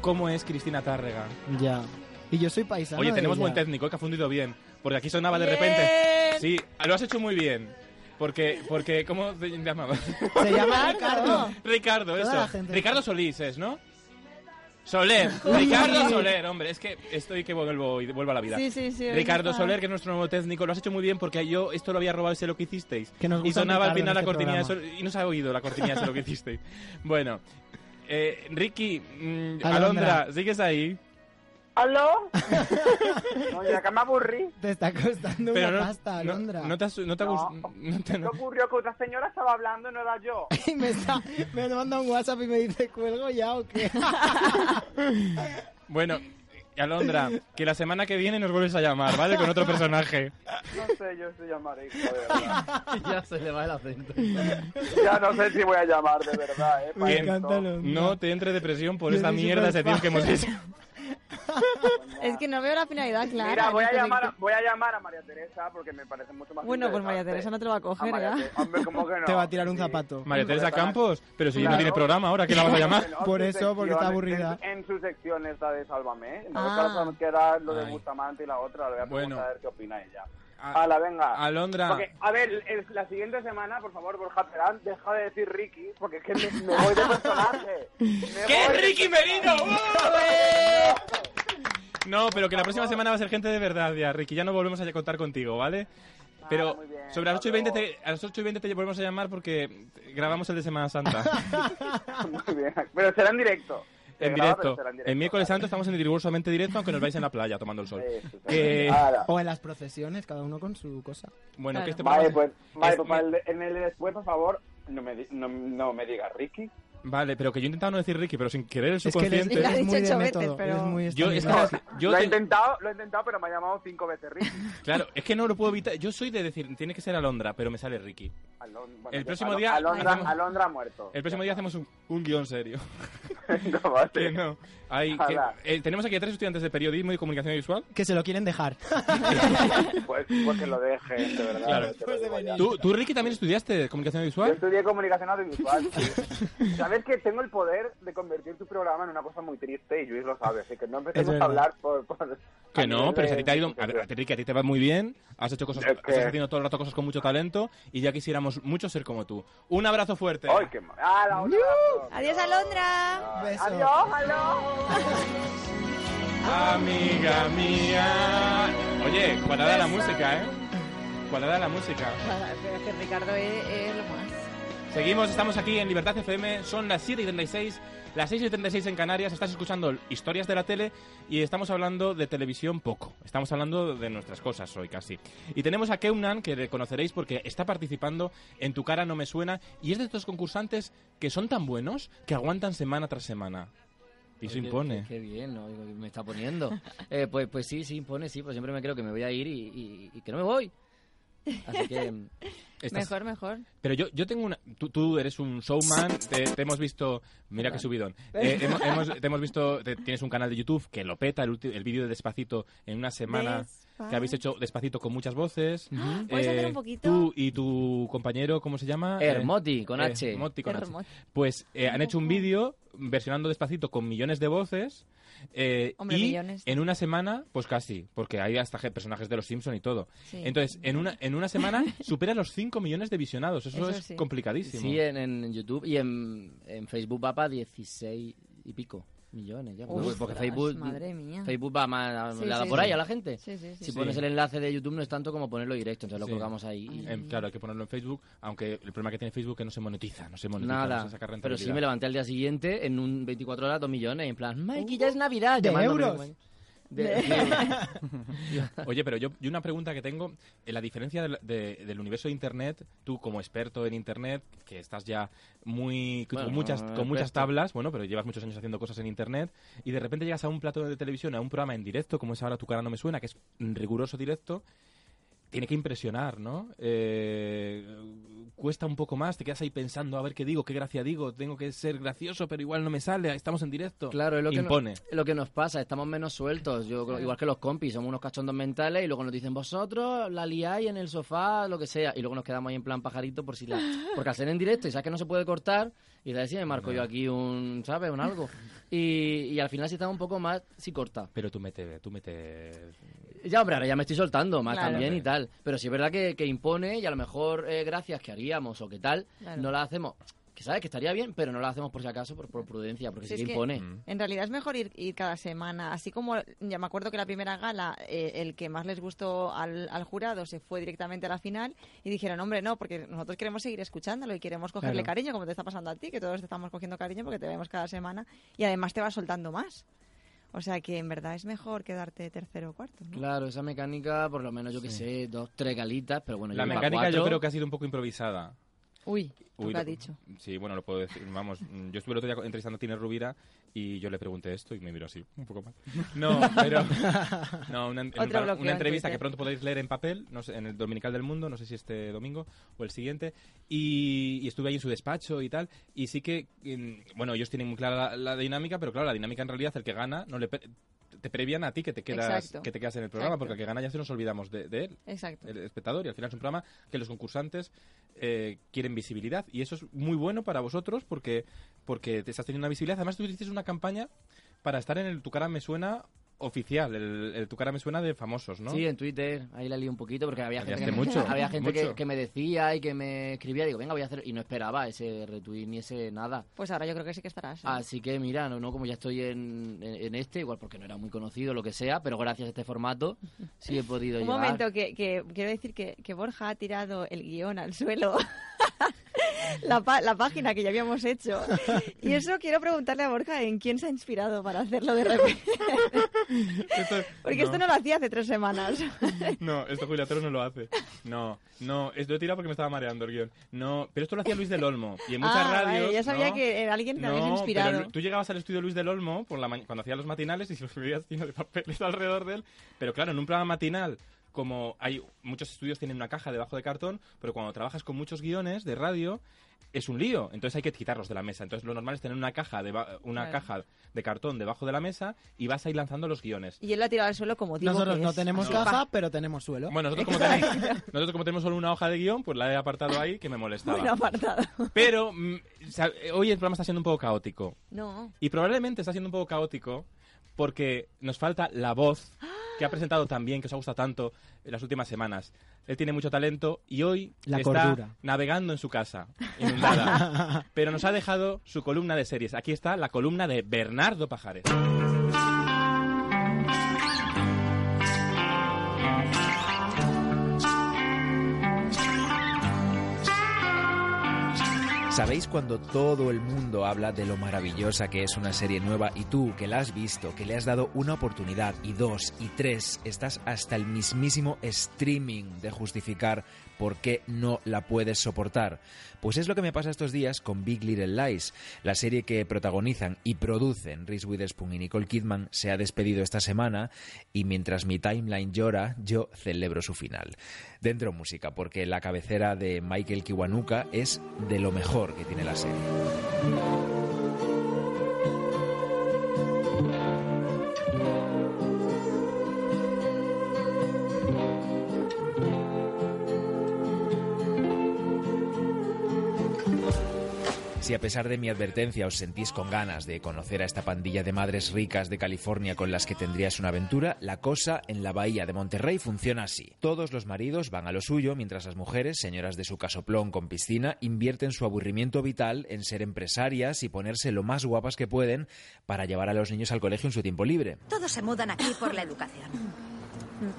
¿Cómo es Cristina Tárrega?
Ya. Y yo soy paisano.
Oye,
de
tenemos
ella.
buen técnico ¿eh? que ha fundido bien. Porque aquí sonaba de
Bien.
repente. Sí, lo has hecho muy bien. Porque, porque ¿cómo te llamabas?
Se llama Ricardo.
[laughs] Ricardo,
Toda
eso.
la gente.
Ricardo Solís es, ¿no?
[laughs]
Soler, Ricardo Soler, hombre, es que estoy que vuelvo, y vuelvo a la vida.
Sí, sí, sí, hoy
Ricardo
está.
Soler, que es nuestro nuevo técnico, lo has hecho muy bien porque yo esto lo había robado y sé lo que hicisteis.
Que nos
y
gusta
sonaba al
Ricardo
final
en
la
este
cortinilla de
programa.
Sol- y no se ha oído la cortinilla de sé lo que hicisteis. [laughs] Bueno, eh, Ricky, mm,
Alondra.
Alondra, ¿sigues ahí?
[laughs]
¿Aló? No, ya que me aburrí.
Te está costando
Pero
una
no-
pasta,
no-
Alondra.
no te has- no te ha gust- [laughs] no te-
¿Qué [laughs] ocurrió? Que otra señora estaba hablando y no era yo.
[laughs] Y me, está, me manda un WhatsApp y me dice, ¿cuelgo ya o
[laughs]
qué?
Bueno, Alondra, que la semana que viene nos vuelves a llamar, ¿vale? Con otro personaje.
No sé, yo se
[laughs]
llamaré, hijo, de verdad.
ya [laughs] se le va el acento.
Ya no sé si voy a llamar, de verdad, ¿eh?
Que
Para esto.
No te entre depresión por
Yo
esta
soy
mierda de
superfan.
[laughs]
sección que hemos hecho.
[laughs] Es que no veo la finalidad clara.
Mira, voy
en
a,
este
llamar a,
sector.
voy a llamar a María Teresa porque me parece mucho más
Bueno, pues María
interesante.
Teresa no te lo va a coger,
Ah,
¿eh?
María
¿ya?
Teresa. Hombre, ¿cómo ¿eh? que no?
Te va a tirar un zapato.
María Teresa Campos, pero si
Claro.
no tiene programa ahora, ¿qué la vas a llamar?
No,
Por
su
eso, porque está
sección,
aburrida.
En, en su sección está de Sálvame. No,
Ah.
ah. que era lo de
Ay.
Bustamante y la otra. Le voy a preguntar
Bueno.
a ver qué opina ella. Ala, venga.
Alondra.
Porque, a ver, el- la siguiente semana, por favor, Borja Perán, deja de decir Ricky, porque es que me, me voy de personaje.
¡Que es Ricky Merino! No, pero que la próxima semana va a ser gente de verdad ya, Ricky. Ya no volvemos a contar contigo, ¿vale? Pero
Ah, muy bien,
sobre las 8 y 20
hasta
te, a las 8 y 20 te volvemos a llamar porque grabamos el de Semana
[laughs]
Santa.
Muy bien. Pero será en directo. Se
en,
graba,
directo.
pero será en
El miércoles santo estamos en rigurosamente directo, aunque nos vais en la playa tomando el sol. Que-
O en las procesiones, cada uno con su cosa.
Bueno, que este
Vale,
programa-
pues, vale,
es-
pues para el- en el después, por favor, no me, di- no, no me digas Ricky.
Vale, pero que yo he intentado no decir Ricky, pero sin querer el
Es que eres,
subconsciente.
eres muy de
ocho
método.
veces, pero-
eres muy
Yo, es que
estaminado.
las- yo
lo, he
te-
intentado, lo he intentado, pero me ha llamado cinco veces Ricky.
claro, es que no lo puedo evitar. Yo soy de decir, tiene que ser Alondra, pero me sale Ricky.
Alon- bueno,
El
ya,
próximo
Alon-
día
Alondra,
hacemos-
Alondra ha muerto.
El próximo día hacemos un, un guión serio.
[laughs] no, vale.
Que no. Hay- que-
Ojalá.
eh, tenemos aquí a tres estudiantes de periodismo y comunicación visual.
Que se lo quieren dejar.
[laughs] Pues, pues que lo dejen, de verdad.
Claro.
te lo digo ya.
¿Tú, tú, Ricky, también estudiaste comunicación
Yo
visual?
estudié
[laughs]
comunicación audiovisual. sí. Sabes que tengo el poder de convertir tu programa en una cosa muy triste y Luis lo sabe. Así que no empecemos
Es
a
verdad.
hablar por. por- a
Que no,
nivel
pero
de-
si a ti te ha ido. A ver, a ti, Ricky, a ti te va muy bien. Has hecho cosas.
Es que-
Estás haciendo todo el rato cosas con mucho talento. Y ya quisiéramos mucho ser como tú. Un abrazo fuerte.
¡Ay, qué mal! ¡Ah, la otra!
Adiós, Alondra.
Beso.
¡Adiós, aló!
Amiga mía. [laughs] Oye, cuadrada la música, ¿eh? Cuadrada la música.
[laughs] Pero es que Ricardo es, es lo más.
Seguimos, estamos aquí en Libertad FM, son las 7 y 36, las 6 y 36 en Canarias, estás escuchando historias de la tele y estamos hablando de televisión poco, estamos hablando de nuestras cosas hoy casi. Y tenemos a Keunan, que le conoceréis porque está participando en Tu cara no me suena y es de estos concursantes que son tan buenos que aguantan semana tras semana. Y eso
Oye,
impone.
Qué, qué bien, ¿no? Digo, Me está
[laughs]
poniendo. Eh, pues, pues sí, sí, impone, sí. Pues siempre me creo que me voy a ir y, y- y que no me voy. Así
[laughs]
que... mm,
Estás-
Mejor, mejor.
Pero yo, yo tengo una... Tú, tú eres un showman, te, te hemos visto... Mira
[laughs]
qué subidón. Eh, hemos- hemos- te hemos visto... te- tienes un canal de YouTube que lo peta, el, ulti- el vídeo de Despacito en una semana que habéis hecho Despacito con muchas voces. Eh,
¿Puedes hacer un poquito?
Tú y tu compañero, ¿cómo se llama?
Hermoti, con H.
Hermoti, con H.
Hermoti.
Pues eh, han hecho un vídeo versionando Despacito con millones de voces. eh,
Hombre,
y
millones.
en una semana, pues casi, porque hay hasta je- personajes de los Simpson y todo.
Sí.
Entonces, en una, en una semana [laughs] supera los 5 millones de visionados. Eso,
Eso
es
sí.
complicadísimo.
Sí, en, en YouTube y en, en Facebook va para 16 y pico millones. Ya, porque-
Ostras,
porque Facebook,
madre mía.
Facebook va más,
Sí,
le da
sí,
por
sí.
ahí a [laughs] la gente.
Sí, sí, sí.
Si
Sí.
pones el enlace de YouTube no es tanto como ponerlo directo, entonces
Sí.
lo colgamos ahí. y-
Em, claro, hay que ponerlo en Facebook, aunque el problema que tiene Facebook es que no se monetiza, no se monetiza, no
Nada,
se saca
pero
rentabilidad.
sí me levanté al día siguiente en un 24 horas, 2 millones, en plan,
Uh.
Mikey, ya es Navidad.
¿De
llamándome,
euros?
bueno. De- de- [laughs]
Oye, pero yo, yo una pregunta que tengo, eh, la diferencia del, de- del universo de Internet, tú como experto en Internet, que estás ya muy
Bueno,
con, muchas,
no,
con muchas
experto.
tablas, bueno, pero llevas muchos años haciendo cosas en Internet, y de repente llegas a un plato de televisión, a un programa en directo, como es ahora Tu cara no me suena, que es un riguroso directo, tiene que impresionar, ¿no? Eh, cuesta un poco más, te quedas ahí pensando a ver qué digo, qué gracia digo, tengo que ser gracioso, pero igual no me sale, estamos en directo.
Claro, es lo que,
Impone.
nos- es lo que nos pasa, estamos menos sueltos. Yo creo- Igual que los compis, somos unos cachondos mentales y luego nos dicen, vosotros la liáis en el sofá, lo que sea. Y luego nos quedamos ahí en plan pajarito por
[laughs]
si la... Porque al ser en directo y sabes que no se puede cortar, y sabes si me marco yo aquí un, ¿sabes?
[laughs]
Un algo. Y, y al final si estamos un poco más, si corta.
Pero tú mete, tú mete...
Ya, hombre, ahora ya me estoy soltando más
Claro.
también y tal. Pero sí es verdad que, que impone y a lo mejor eh, gracias que haríamos o que tal,
Claro.
no las hacemos. Que sabes que estaría bien, pero no las hacemos por si acaso, por, por prudencia,
Sí,
porque sí,
es
que
que
impone.
Mm.
En realidad es mejor ir, ir cada semana. Así como ya me acuerdo que la primera gala, eh, el que más les gustó al, al jurado se fue directamente a la final y dijeron, hombre, no, porque nosotros queremos seguir escuchándolo y queremos cogerle
Claro.
cariño, como te está pasando a ti, que todos te estamos cogiendo cariño porque te vemos cada semana y además te vas soltando más. O sea que en verdad es mejor quedarte tercero o cuarto. ¿no?
Claro, esa mecánica, por lo menos yo que sé, dos, tres galitas, pero bueno,
La
yo iba a
mecánica yo
cuatro.
creo que ha sido un poco improvisada.
Uy, tú
Uy,
lo has
lo-
dicho.
Sí, bueno, lo puedo decir. Vamos, mm, yo estuve el otro día co- entrevistando a Tiner Rubira y yo le pregunté esto y me miró así, un poco mal. No,
[laughs]
pero. No, una, en
Otro
un par-
bloqueo
una
en
entrevista
Twitter.
que pronto podéis leer en papel, no sé, en el Dominical del Mundo, no sé si este domingo o el siguiente. Y, y estuve ahí en su despacho y tal. Y sí que, mm, bueno, ellos tienen muy clara la, la dinámica, pero claro, la dinámica en realidad, el que gana, no le. pre- te prevían a ti que te quedas,
Exacto.
que te quedas en el programa,
Exacto.
porque al que gana ya se nos olvidamos de, de él
Exacto.
el espectador y al final es un programa que los concursantes eh, quieren visibilidad y eso es muy bueno para vosotros porque porque te estás teniendo una visibilidad además tú hiciste una campaña para estar en el tu cara me suena oficial el, el tu cara me suena de famosos no
Sí, en Twitter, ahí la lié un poquito porque había gente, que,
Liaste mucho,
había gente que,
mucho.
que me decía y que me escribía, digo, venga, voy a hacer, y no esperaba ese retweet ni ese nada.
Pues ahora yo creo que sí que estarás. ¿eh?
Así que mira, no, no como ya estoy en, en, en este, igual porque no era muy conocido, lo que sea, pero gracias a este formato sí he podido
[laughs] Un
llegar.
momento, que, que quiero decir que, que Borja ha tirado el guión al suelo. La, pa- la página que ya habíamos hecho. Y eso quiero preguntarle a Borja en quién se ha inspirado para hacerlo de repente. Porque esto no lo hacía hace tres semanas.
[laughs] No, esto Julia Otero no lo hace. No, no, esto he tirado porque me estaba mareando el guión. No, pero esto lo hacía Luis del Olmo. Y en muchas
Ah, vale,
radios.
ya sabía
¿no?
que en alguien te habías
No,
inspirado.
pero tú llegabas al estudio Luis del Olmo por la ma- cuando hacía los matinales y [laughs] se los veías lleno de papeles alrededor de él. Pero claro, en un programa matinal, como hay muchos estudios tienen una caja debajo de cartón, pero cuando trabajas con muchos guiones de radio. Es un lío, entonces hay que quitarlos de la mesa. Entonces lo normal es tener una caja de
Claro.
una caja de cartón debajo de la mesa y vas a ir lanzando los guiones.
Y él lo ha tirado al suelo como digo
Nosotros
que
no
es.
tenemos
No.
caja, pero
[laughs]
tenemos suelo.
Bueno, nosotros como, tenemos, nosotros como tenemos solo una hoja de guión, pues la he apartado ahí que me molestaba.
[laughs] Una apartada.
Pero mm, sa- eh, hoy el programa está siendo un poco caótico.
No.
Y probablemente está siendo un poco caótico porque nos falta la voz que ha presentado también, que os ha gustado tanto en las últimas semanas. Él tiene mucho talento y hoy
La
está
cordura.
navegando en su casa,
[laughs]
inundada. Pero nos ha dejado su columna de series. Aquí está la columna de Bernardo Pajares.
¿Sabéis cuando todo el mundo habla de lo maravillosa que es una serie nueva y tú, que la has visto, que le has dado una oportunidad y dos y tres, estás hasta el mismísimo streaming de justificar por qué no la puedes soportar? Pues es lo que me pasa estos días con Big Little Lies, la serie que protagonizan y producen Reese Witherspoon y Nicole Kidman se ha despedido esta semana y mientras mi timeline llora, yo celebro su final. Dentro música, porque la cabecera de Michael Kiwanuka es de lo mejor que tiene la serie. Si a pesar de mi advertencia os sentís con ganas de conocer a esta pandilla de madres ricas de California con las que tendrías una aventura, la cosa en la bahía de Monterrey funciona así. Todos los maridos van a lo suyo mientras las mujeres, señoras de su casoplón con piscina, invierten su aburrimiento vital en ser empresarias y ponerse lo más guapas que pueden para llevar a los niños al colegio en su tiempo libre.
Todos se mudan aquí por la educación.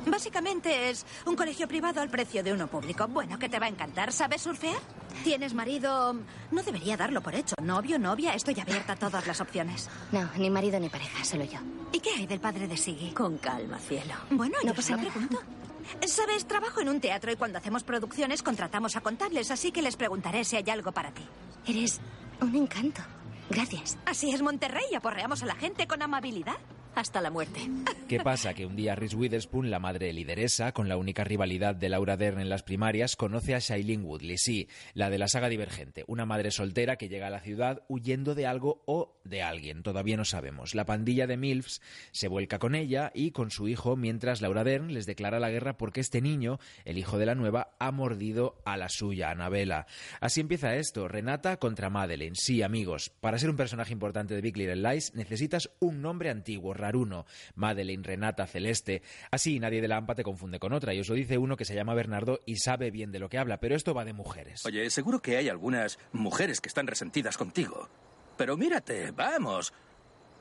Básicamente es un colegio privado al precio de uno público. Bueno, que te va a encantar. ¿Sabes surfear? ¿Tienes marido? No debería darlo por hecho. ¿Novio, novia? Estoy abierta a todas las opciones.
No, ni marido ni pareja, solo yo.
¿Y qué hay del padre de Siggy? Con calma, cielo. Bueno,
No
yo
pasa
solo
nada.
pregunto. Sabes, trabajo en un teatro y cuando hacemos producciones contratamos a contables, así que les preguntaré si hay algo para ti.
Eres un encanto. Gracias.
Así es Monterrey, aporreamos a la gente con amabilidad. hasta la muerte.
¿Qué pasa? Que un día Reese Witherspoon, la madre lideresa, con la única rivalidad de Laura Dern en las primarias, conoce a Shailene Woodley, sí, la de la saga Divergente, una madre soltera que llega a la ciudad huyendo de algo o de alguien, todavía no sabemos. La pandilla de MILFs se vuelca con ella y con su hijo, mientras Laura Dern les declara la guerra porque este niño, el hijo de la nueva, ha mordido a la suya, a Anabela. Así empieza esto, Renata contra Madeleine. Sí, amigos, para ser un personaje importante de Big Little Lies necesitas un nombre antiguo, raruno. Madeleine, Renata, Celeste. Así nadie de la AMPA te confunde con otra. Y os lo dice uno que se llama Bernardo y sabe bien de lo que habla, pero esto va de mujeres.
Oye, seguro que hay algunas mujeres que están resentidas contigo. Pero mírate, vamos.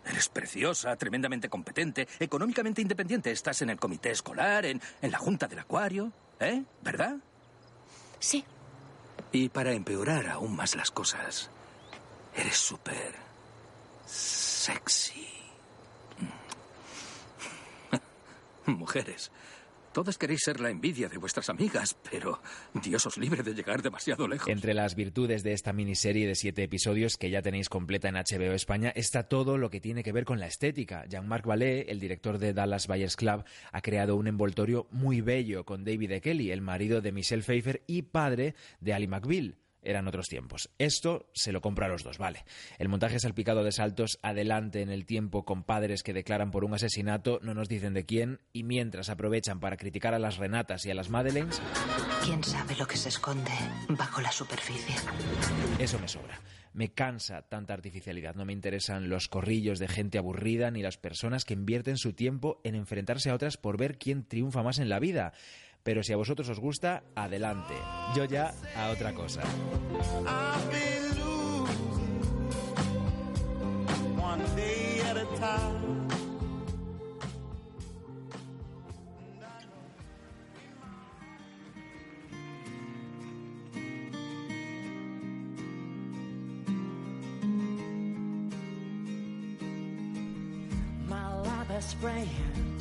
Eres preciosa, tremendamente competente, económicamente independiente. Estás en el comité escolar, en, en la junta del acuario, ¿eh? ¿Verdad?
Sí.
Y para empeorar aún más las cosas, eres súper sexy. [laughs] Mujeres, todas queréis ser la envidia de vuestras amigas, pero Dios os libre de llegar demasiado lejos.
Entre las virtudes de esta miniserie de siete episodios que ya tenéis completa en HBO España está todo lo que tiene que ver con la estética. Jean-Marc Vallée, el director de Dallas Buyers Club, ha creado un envoltorio muy bello con David E. Kelly, el marido de Michelle Pfeiffer y padre de Ali McBeal. Eran otros tiempos. Esto se lo compra a los dos, vale. El montaje salpicado de saltos adelante en el tiempo con padres que declaran por un asesinato, no nos dicen de quién, y mientras aprovechan para criticar a las Renatas y a las Madeleines,
¿Quién sabe lo que se esconde bajo la superficie?
Eso me sobra. Me cansa tanta artificialidad. No me interesan los corrillos de gente aburrida ni las personas que invierten su tiempo en enfrentarse a otras por ver quién triunfa más en la vida. Pero si a vosotros os gusta, adelante. Yo ya a otra cosa.
I've been losing one day at a time.
My love is brilliant.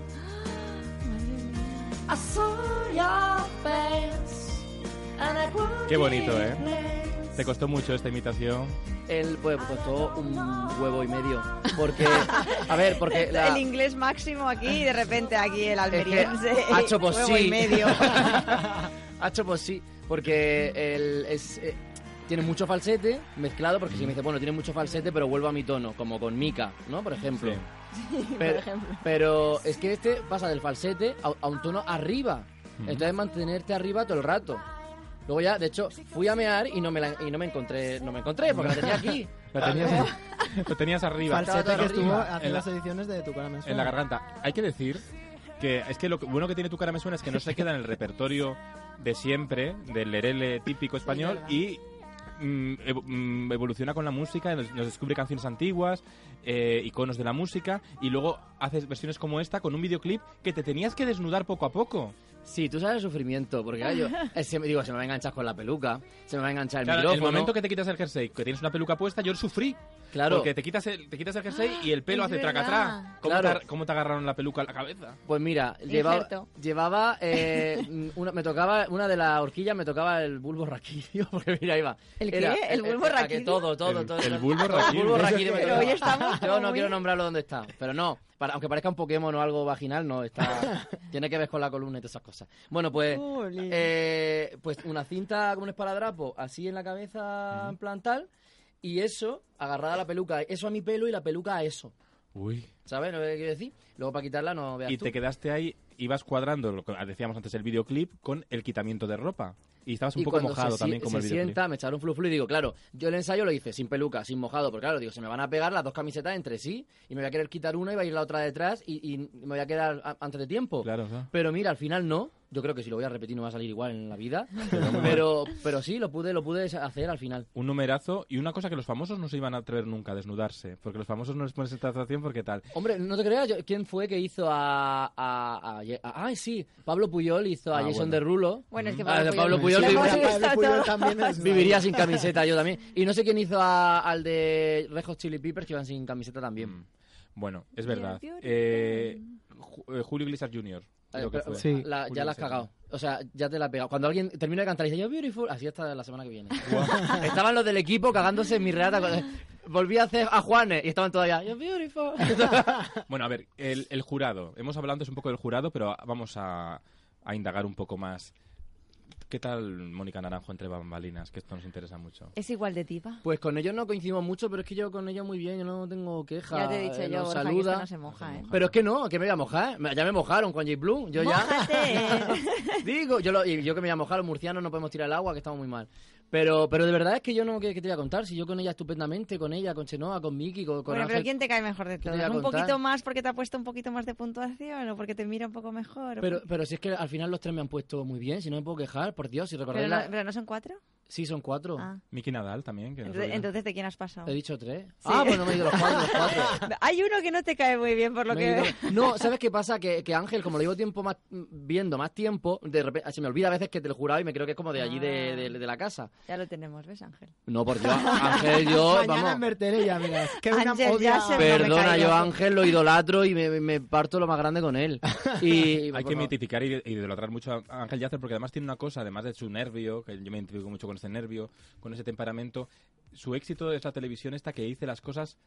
I saw your face and I couldn't
Qué bonito, ¿eh?
explain.
Te costó mucho esta imitación.
Él pues costó un huevo y medio. Porque, a
[laughs]
ver, porque la,
El inglés máximo aquí y de repente aquí el almeriense.
ha hecho por
[laughs] huevo y
sí.
medio.
[laughs] ha hecho pues sí, porque él es, eh, tiene mucho falsete mezclado, porque si me dice, bueno, tiene mucho falsete, pero vuelvo a mi tono, como con Mika, ¿no? Por ejemplo.
Por
Pero,
ejemplo.
pero es que este pasa del falsete a, a un tono arriba.
Ujú.
Entonces mantenerte arriba todo el rato. Luego ya, de hecho, fui a mear y no me, la- y no me encontré, no me encontré porque la tenía aquí.
Lo tenías, lo tenías arriba.
Falsete que estuvo hace
En la-
las ediciones de Tu cara me
en la
suena.
garganta. Hay que decir que es que lo que- bueno que tiene tu cara me suena es que no se queda en el repertorio de siempre, del lerele típico español y mm, evo- mm, evoluciona con la música, nos, nos descubre canciones antiguas, eh, iconos de la música y luego haces versiones como esta con un videoclip que te tenías que desnudar poco a poco.
Sí, tú sabes el sufrimiento,
[laughs]
porque claro, yo eh, se me- digo, se me va a enganchar con la peluca, se me va a enganchar el
Claro, el
micrófono.
momento que te quitas el jersey, que tienes una peluca puesta, yo sufrí.
Claro.
Porque te quitas el, te quitas el jersey y el pelo
Ah, es
hace
verdad.
tracatrá. ¿Cómo,
Claro.
te, ¿Cómo te agarraron la peluca a la cabeza?
Pues mira, llevaba,
Injerto.
llevaba eh, [laughs] mm, una, me tocaba una de las horquillas, me tocaba el bulbo raquídeo, [laughs] porque mira, iba.
¿El qué? ¿El bulbo
era eh, que
raquídeo?
Todo, todo,
El-
todo.
el
todo,
bulbo
[laughs] todo, el
raquídeo.
bulbo raquídeo me
Pero
tocaba.
hoy estamos
[laughs] Yo no
muy-
quiero nombrarlo donde está, pero no, para, aunque parezca un Pokémon o algo vaginal,
[laughs]
no, está, tiene que ver con la columna y todas esas cosas. Bueno, pues, eh, pues una cinta como un esparadrapo, así en la cabeza, en plan tal, y eso, agarrada a la peluca, eso a mi pelo y la peluca a eso.
Uy.
¿Sabes lo que quiero decir? Luego para quitarla no veas
y
tú.
te quedaste ahí, ibas cuadrando, lo que decíamos antes, el videoclip con el quitamiento de ropa. Y estabas un
Y
poco
cuando
mojado
se, si-
también como
se
el videoclip.
sienta, me echaron un fluflu y digo, claro, yo el ensayo lo hice sin peluca, sin mojado, porque claro, digo, se me van a pegar las dos camisetas entre sí y me voy a querer quitar una y va a ir la otra detrás y, y me voy a quedar a- antes de tiempo.
Claro, claro.
Pero mira, al final no. Yo creo que si lo voy a repetir no va a salir igual en
[laughs]
la vida. Pero, pero sí, lo pude, lo pude hacer al final.
Un numerazo y una cosa que los famosos no se iban a atrever nunca a desnudarse, porque los famosos no les ponen esta atracción porque tal.
Hombre, no te creas, yo- ¿quién fue que hizo a. a, a- a- ah, sí, Pablo Puyol hizo a
Ah,
Jason
bueno.
Derulo.
Bueno, es que
Ah,
Pablo Puyol-
Pablo Puyol
Le hemos
viviría-
visto
Pablo Puyol
todo.
también [laughs] es- viviría sin camiseta, yo también. Y no sé quién hizo a- al de Red Hot Chili Peppers que iban sin camiseta
Mm,
también.
Bueno, es verdad. Eh, Ju- eh, Julio Iglesias Jr.
Eh,
creo que
pero-
fue.
la-
Julio
ya la has
Iglesias.
cagado. O sea, ya te la he pegado. Cuando alguien termina de cantar y dice, yo beautiful, así hasta la semana que viene. estaban los del equipo cagándose en mi
[laughs]
reata. cuando- Volví a hacer a Juanes y estaban todavía, yo beautiful.
Bueno, a ver, el, el jurado. Hemos hablado antes un poco del jurado, pero vamos a, a indagar un poco más. ¿Qué tal Mónica Naranjo entre bambalinas? Que esto nos interesa mucho.
¿Es igual de tipa?
Pues con ellos no coincidimos mucho, pero es que yo con ellos muy bien, yo no tengo quejas.
Ya te he dicho
eh,
yo,
nos
Borja, que
saluda.
esto no se moja, ¿eh?
Pero es que no, que me voy a mojar. Me- Ya me mojaron con J. Blue. Yo ya. [laughs] Digo, yo, lo- y yo que me voy a mojar, los murcianos no podemos tirar el agua, que estamos muy mal. Pero, pero de verdad es que yo no, ¿qué, qué te voy a contar? Si yo con ella estupendamente, con ella, con Chenoa, con Miki, con, con
Bueno, pero
Ángel-
¿quién te cae mejor de
¿Qué te voy a
todos? ¿Un
contar?
poquito más porque te ha puesto un poquito más de puntuación o porque te mira un poco mejor? o
Pero,
porque-
pero si es que al final los tres me han puesto muy bien, si no me puedo quejar, por Dios, si recordáis
¿Pero no,
la-
pero no son cuatro?
Sí, son cuatro.
Ah.
Miki Nadal también. Que nos
Entonces,
oiga.
entonces, ¿de quién has pasado?
He dicho tres.
Sí.
Ah, bueno, me he ido los cuatro,
[laughs]
los cuatro.
Hay uno que no te cae muy bien por lo
Me
que
he
veo.
ido- No, ¿sabes
[laughs]
qué pasa? Que, que Ángel, como lo llevo tiempo más viendo más tiempo, de repente se me olvida a veces que te lo jurado y me creo que es como de allí de,
Ah.
de- de la casa.
Ya lo tenemos, ¿ves,
[laughs]
Ángel?
No, por Dios, Ángel, yo,
Mañana
vamos.
advertiré ya, mira. Que una
Ángel
odia-
Yasser no me
Perdona,
cae
yo
loco.
Ángel lo idolatro y me, me parto lo más grande
[laughs]
con él. [laughs] Y,
Hay
por
que
favor.
mitificar y y idolatrar mucho a Ángel Yacer porque además tiene una cosa, además de su nervio, que yo me identifico mucho con ese nervio, con ese temperamento, su éxito de esa televisión esta que dice las cosas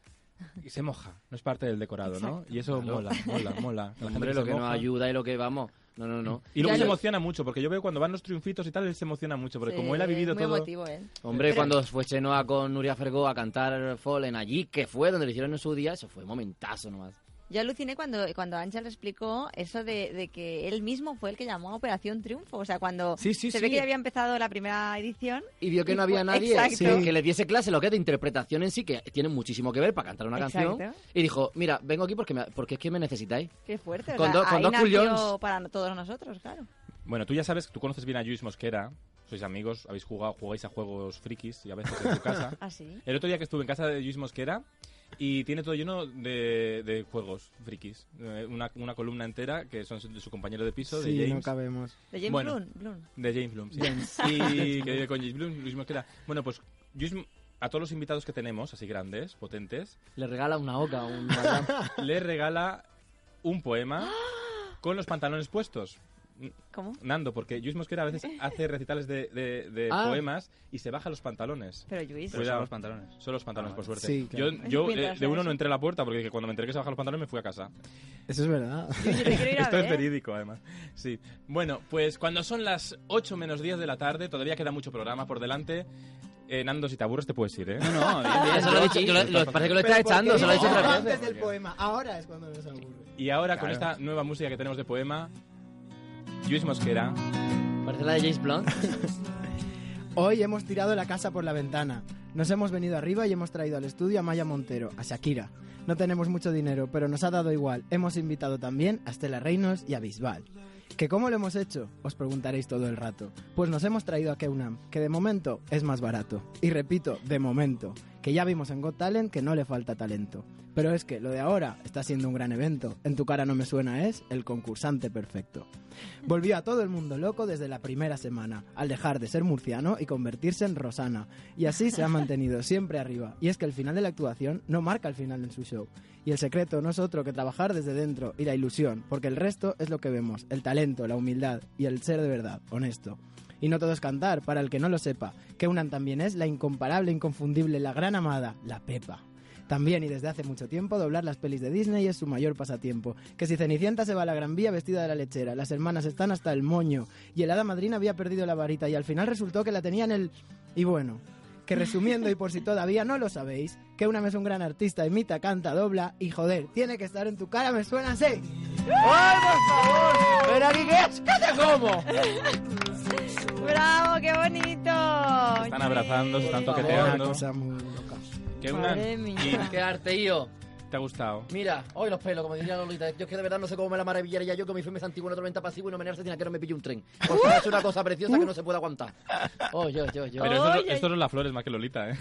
y se moja, no es parte del decorado, ¿no?
Exacto.
Y eso
Claro.
mola, mola, mola. La gente
Hombre, lo
se
que nos
moja.
ayuda y lo que vamos. No, no, no.
Y luego
Ya
se
lo-
emociona mucho, porque yo veo cuando van los triunfitos y tal, él se emociona mucho, porque
Sí,
como él ha vivido
muy
todo...
emotivo, ¿eh?
Hombre,
Pero-
cuando fue Chenoa con Nuria Fergó a cantar Fallen allí, que fue donde lo hicieron en su día, eso fue un momentazo nomás.
Yo aluciné cuando, cuando Ángel explicó eso de, de que él mismo fue el que llamó a Operación Triunfo. O sea, cuando
Sí, sí,
se ve
sí.
que ya había empezado la primera edición.
Y vio que no
fue-
había nadie
Exacto.
que le diese clase, lo que es de interpretación en sí, que tiene muchísimo que ver para cantar una
Exacto.
canción. Y dijo, mira, vengo aquí porque, me- porque es que me necesitáis.
Qué fuerte. o
Con
sea,
dos- con
ahí
dos
nació
culiones.
para todos nosotros, claro.
Bueno, tú ya sabes, tú conoces bien a Luis Mosquera, sois amigos, habéis jugado, jugáis a juegos frikis y a veces en tu casa.
[laughs] ¿Ah, sí?
El otro día que estuve en casa de Luis Mosquera y tiene todo lleno de, de juegos frikis. Eh, Una, una columna entera que son de su compañero de piso,
Sí,
de
no
James.
cabemos.
De James
Bueno,
Blum, Blum.
De James Bloom, sí.
James.
Y
[laughs]
que vive con James Bloom, Luis Mosquera. Bueno, pues Luis, a todos los invitados que tenemos, así grandes, potentes,
Le regala una oca,
[laughs]
un...
le regala
[gasps]
un poema con los pantalones puestos.
¿Cómo?
Nando, porque Luis Mosquera a
[laughs]
veces hace recitales de, de- de
Ah.
poemas y se baja los pantalones.
Pero, Lluís.
Pero son los pantalones.
Son los pantalones,
Ah,
por
vale.
suerte.
Sí, claro.
[laughs]
Yo, yo, eh,
Mientras
de uno
eso.
no entré a la puerta porque cuando me enteré que se baja los pantalones me fui a casa.
Eso es verdad.
ir a
[laughs] Esto es
ver.
verídico, además. Sí. Bueno, pues cuando son las 8 menos 10 de la tarde, todavía queda mucho programa por delante. Eh, Nando, si te aburres, te puedes ir, ¿eh? No,
no,
[laughs]
bien, bien. Eso lo he dicho, yo lo- lo- parece que lo está
Pero
echando,
porque
se lo he dicho
dijo
otra
Antes
vez.
del poema, ahora es cuando nos aburre.
Y ahora con
Claro.
esta nueva música que tenemos de poema, Luis Mosquera.
Parece la de James
[laughs]
Blunt.
Hoy hemos tirado la casa por la ventana. Nos hemos venido arriba y hemos traído al estudio a Maya Montero, a Shakira. No tenemos mucho dinero, pero nos ha dado igual. Hemos invitado también a Estela Reinos y a Bisbal. ¿Que cómo lo hemos hecho? Os preguntaréis todo el rato. Pues nos hemos traído a Keunam, que de momento es más barato. Y repito, de momento, que ya vimos en Got Talent que no le falta talento. Pero es que lo de ahora está siendo un gran evento. En tu cara no me suena es el concursante perfecto. Volvió a todo el mundo loco desde la primera semana, al dejar de ser murciano y convertirse en Rosana. Y así se ha mantenido siempre arriba. Y es que el final de la actuación no marca el final en su show. Y el secreto no es otro que trabajar desde dentro y la ilusión, porque el resto es lo que vemos, el talento, la humildad y el ser de verdad, honesto. Y no todo es cantar, para el que no lo sepa, que unan también es la incomparable, inconfundible, la gran amada, la Pepa. También y desde hace mucho tiempo doblar las pelis de Disney es su mayor pasatiempo. Que si Cenicienta se va a la Gran Vía vestida de la lechera, las hermanas están hasta el moño y el Hada Madrina había perdido la varita y al final resultó que la tenía en el... Y bueno, que resumiendo y por si todavía no lo sabéis, que una es un gran artista, imita, canta, dobla y joder, tiene que estar en tu cara, me suena así. ¡Ay, por favor! ¡Pero aquí qué es? ¿Qué te como?
¡Bravo, qué bonito!
Están abrazando, se están
Por favor.
toqueteando.
Una cosa muy
Que una-
Madre mía.
¡Qué arteío!
y ¿Te ha gustado?
Mira, hoy los pelos, como diría Lolita. Yo es que de verdad no sé cómo me la maravillaría yo que mi filme es antiguo, una tormenta pasiva y una manera asesina que no me pille un tren. Porque es una cosa preciosa que no se puede aguantar. Oh, yo, yo, yo.
Pero esto, esto son las flores más que
[laughs]
Lolita, ¿eh?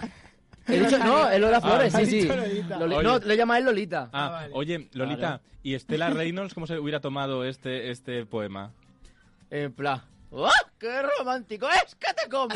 He dicho- no, es Lola
Ah,
Flores,
has
sí, sí.
dicho Lolita.
Loli-
Oye.
no, le llama él Lolita.
Ah, oye, Lolita,
Claro. [laughs]
¿y Estela Reynolds cómo se hubiera tomado este, este poema?
En
[laughs]
plan, ¡Oh, qué romántico es que te
[laughs]
como!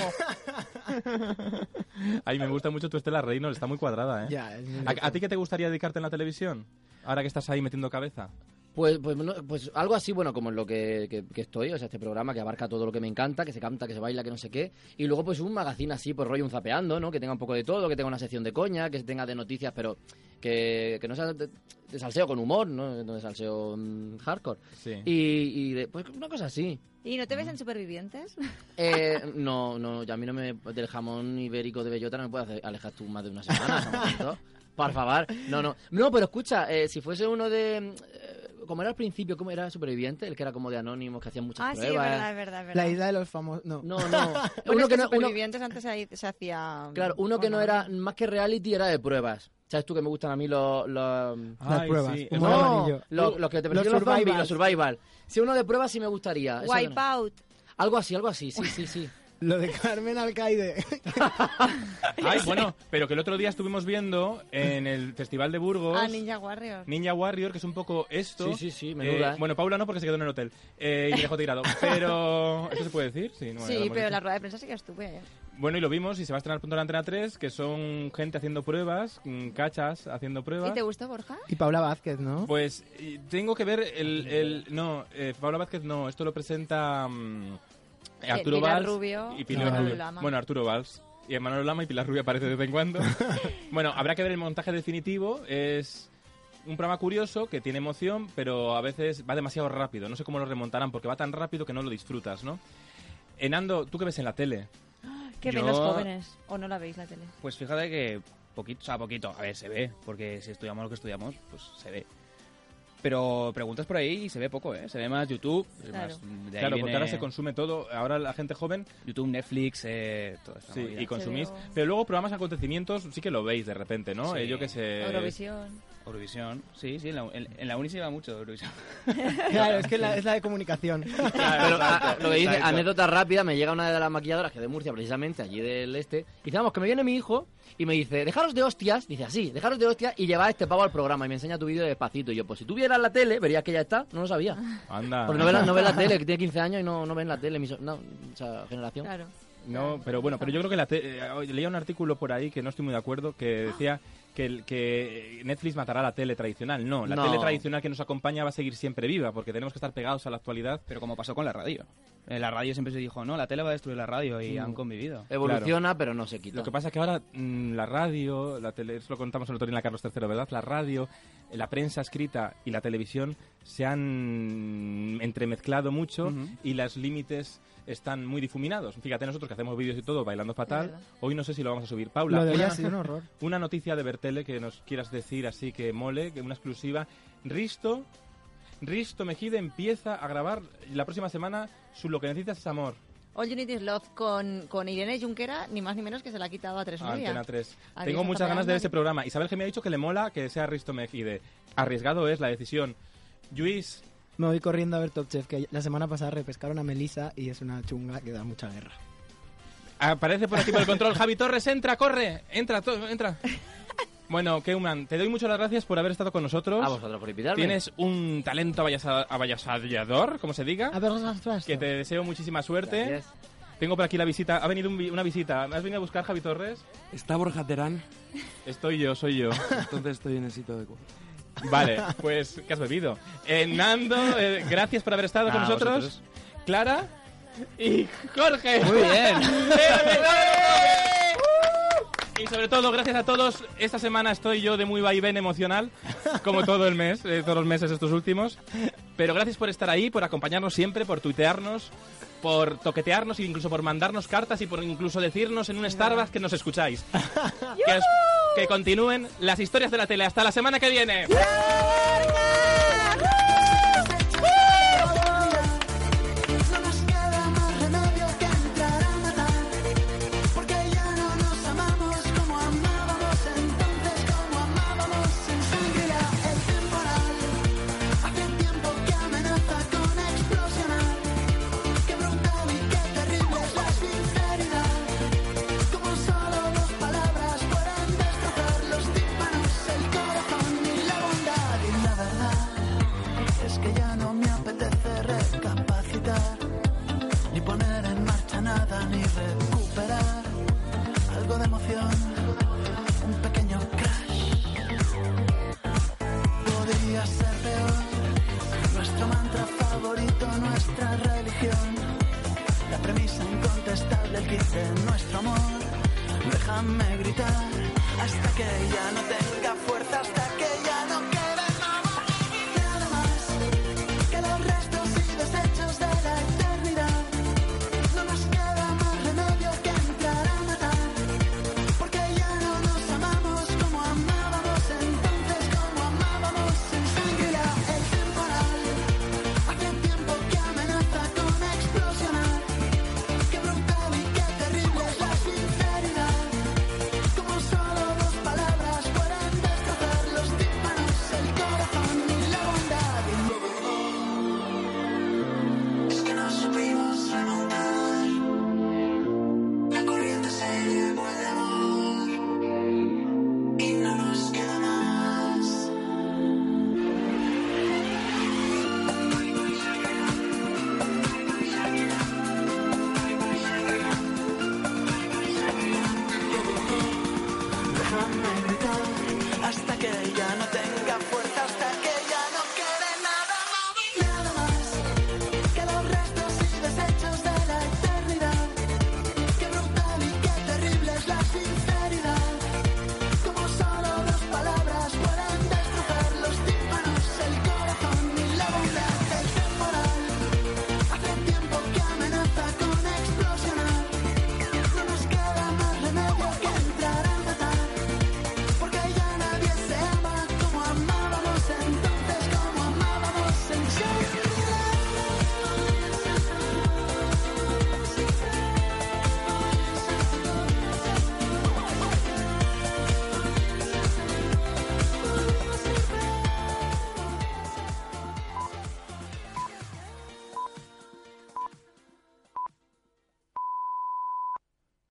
Ay, me gusta mucho tu Estela Reynolds, está muy cuadrada, ¿eh?
Ya, es muy
¿A, a ti qué te gustaría dedicarte en la televisión? Ahora que estás ahí metiendo
[laughs]
cabeza.
Pues, pues, no- pues algo así, bueno, como en lo que, que- que estoy, o sea, este programa que abarca todo lo que me encanta, que se canta, que se baila, que no sé qué. Y luego, pues un magazine así, pues rollo un zapeando, ¿no? Que tenga un poco de todo, que tenga una sección de coña, que tenga de noticias, pero que, que no sea de, de salseo con humor, ¿no? No de salseo mm, hardcore.
Sí.
Y, y de- pues una cosa así.
¿Y no te ves en Supervivientes?
Eh, no, no, ya a mí no me. Del jamón ibérico de bellota no me puedes hacer- alejar tú más de una semana, Samantha. Por favor, no, no. No, pero escucha, eh, si fuese uno de. mm, eh, como era al principio, como era superviviente, el que era como de anónimos, que hacían muchas
[laughs] Ah, sí, es
pruebas.
verdad, es verdad, es verdad.
La idea de los famosos. No. [laughs]
No, no.
Bueno, es
que
que
no- uno-
Supervivientes antes ahí se hacía...
[laughs] Claro, uno que no era más que reality era de pruebas. ¿Sabes tú que me gustan a mí los... los-
Las Ay, pruebas, sí, humor amarillo.
No, los, los que te
Los
persiguen los, zombies,
survival.
los survival. Si uno de pruebas sí me gustaría. eso que no.
Wipeout.
Algo así, algo así, sí, sí, sí.
[laughs] Lo de Carmen Alcaide.
Ay, bueno, pero que el otro día estuvimos viendo en el Festival de Burgos.
Ah, Ninja Warrior.
Ninja Warrior, que es un poco esto.
Sí, sí, sí, menuda,
Eh,
¿eh?
Bueno, Paula no, porque se quedó en el hotel. Eh, y me dejó
[laughs]
tirado. Pero. ¿Eso se puede decir? Sí, no, lo
Sí,
hemos
pero
dicho.
la rueda de prensa sí que estuve. ¿eh?
Bueno, y lo vimos, y se va a estrenar pronto la antena 3, que son gente haciendo pruebas, mm, cachas haciendo pruebas.
¿Y te gustó,
[gasps]
Borja?
Y Paula Vázquez, ¿no?
Pues y tengo que ver el. el- no, eh, Paula Vázquez no, esto lo presenta mm,
Eh,
Arturo
Pilar
Valls
Rubio
y Pilar
y
Rubio.
Lama.
Bueno, Arturo Valls. Y Emanuel Lama y Pilar Rubio aparece de vez
[laughs]
en cuando. bueno, habrá que ver el montaje definitivo. Es un programa curioso que tiene emoción, pero a veces va demasiado rápido. No sé cómo lo remontarán porque va tan rápido que no lo disfrutas, ¿no? Enando, ¿tú qué ves en la tele?
Que
Yo-
ven los jóvenes. ¿O no la veis la tele?
Pues fíjate que poquito, a poquito, a ver, se ve, porque si estudiamos lo que estudiamos, pues se ve. Pero preguntas por ahí y se ve poco, ¿eh? Se ve más YouTube, se ve
Claro.
más, mm, de ahí
Claro, porque
viene
ahora se consume todo. Ahora la gente joven.
YouTube, Netflix, eh, todo esto.
Sí, y consumís. Pero luego programas, acontecimientos, sí que lo veis de repente, ¿no?
Sí.
Eh, yo que sé.
Eurovisión.
Eurovisión, sí, sí, en la, en, en la uni se lleva mucho Eurovisión.
[laughs] Claro, es que la- es la de [laughs] comunicación.
Pero, ah, lo que dice,
Exacto.
anécdota rápida, me llega una de las maquilladoras que de Murcia, precisamente, allí del este, y dice, vamos, que me viene mi hijo y me dice, dejaros de hostias, dice así, dejaros de hostias y lleva a este pavo al programa y me enseña tu vídeo despacito. Y yo, pues si tú vieras la tele, verías que ya está, no lo sabía.
[laughs] Anda.
Porque no ve la, no
[laughs]
ve la tele, que tiene 15 años y no, no ven la tele, mi so- no, esa generación.
Claro.
[laughs] No, pero bueno, pero yo creo que la te- eh, hoy leía un artículo por ahí que no estoy muy de acuerdo que decía que, el- que Netflix matará la tele tradicional. No, la
No.
tele tradicional que nos acompaña va a seguir siempre viva porque tenemos que estar pegados a la actualidad.
Pero como pasó con la radio. Eh, La radio siempre se dijo, no, la tele va a destruir la radio y
Mm.
han convivido.
Evoluciona, pero no se quita.
Lo que pasa es que ahora mm, la radio, la tele, eso lo contamos el otro día en la Carlos III, ¿verdad? La radio, eh, la prensa escrita y la televisión se han entremezclado mucho
Ujú.
y los límites están muy difuminados. Fíjate nosotros que hacemos vídeos y todo bailando fatal.
verdad.
Hoy no sé si lo vamos a subir. Paula,
Lo de hoy
una-
ha sido un horror.
Una noticia de Bertele que nos quieras decir así que mole, que una exclusiva. Risto, Risto Mejide empieza a grabar la próxima semana su Lo que necesitas es amor.
All You Need Is Love con, con Irene Junquera, ni más ni menos que se la ha quitado a tres
Ah,
Nuria.
Antena 3.
Ahí
Tengo
está
muchas ganas de
peleando.
ver ese programa. Isabel que me ha dicho que le mola que sea Risto Mejide. Arriesgado es la decisión. Luis,
Me voy corriendo a ver Top Chef, que la semana pasada repescaron a Melissa y es una chunga que da mucha guerra.
aparece por aquí por el control. Javi Torres, entra, corre. Entra,
[laughs]
to- entra. Bueno, Keuman, te doy muchas las gracias por haber estado con nosotros.
A vosotros por invitarme.
Tienes un talento avallasa- avallasador, como se diga. Que te deseo muchísima suerte. Tengo por aquí la visita. Ha venido un vi- una visita. ¿Me has venido a buscar, Javi Torres?
¿Está Borja Terán?
Estoy yo, soy yo.
Entonces estoy en el sitio adecuado. [laughs]
Vale, pues, ¿qué has bebido? Eh, Nando, eh, gracias por haber estado con
Ah,
nosotros.
vosotros.
Clara y Jorge.
Muy
[laughs]
bien.
Y sobre todo, gracias a todos. Esta semana estoy yo de muy vaivén emocional, como todo el mes, eh, todos los meses estos últimos. Pero gracias por estar ahí, por acompañarnos siempre, por tuitearnos, por toquetearnos e incluso por mandarnos cartas y por incluso decirnos en un Starbucks que
[laughs]
nos escucháis. que, os- que continúen las historias de la tele. Hasta la semana que viene.
No nos queda más remedio que entrar a matar, porque ya no nos amamos como amábamos entonces, como amábamos en sangre.
explosión, un pequeño crash. Podría ser peor, nuestro mantra favorito, nuestra religión. La premisa incontestable, el kit de nuestro amor. Déjame gritar hasta que ya no tenga fuerza, hasta que ya.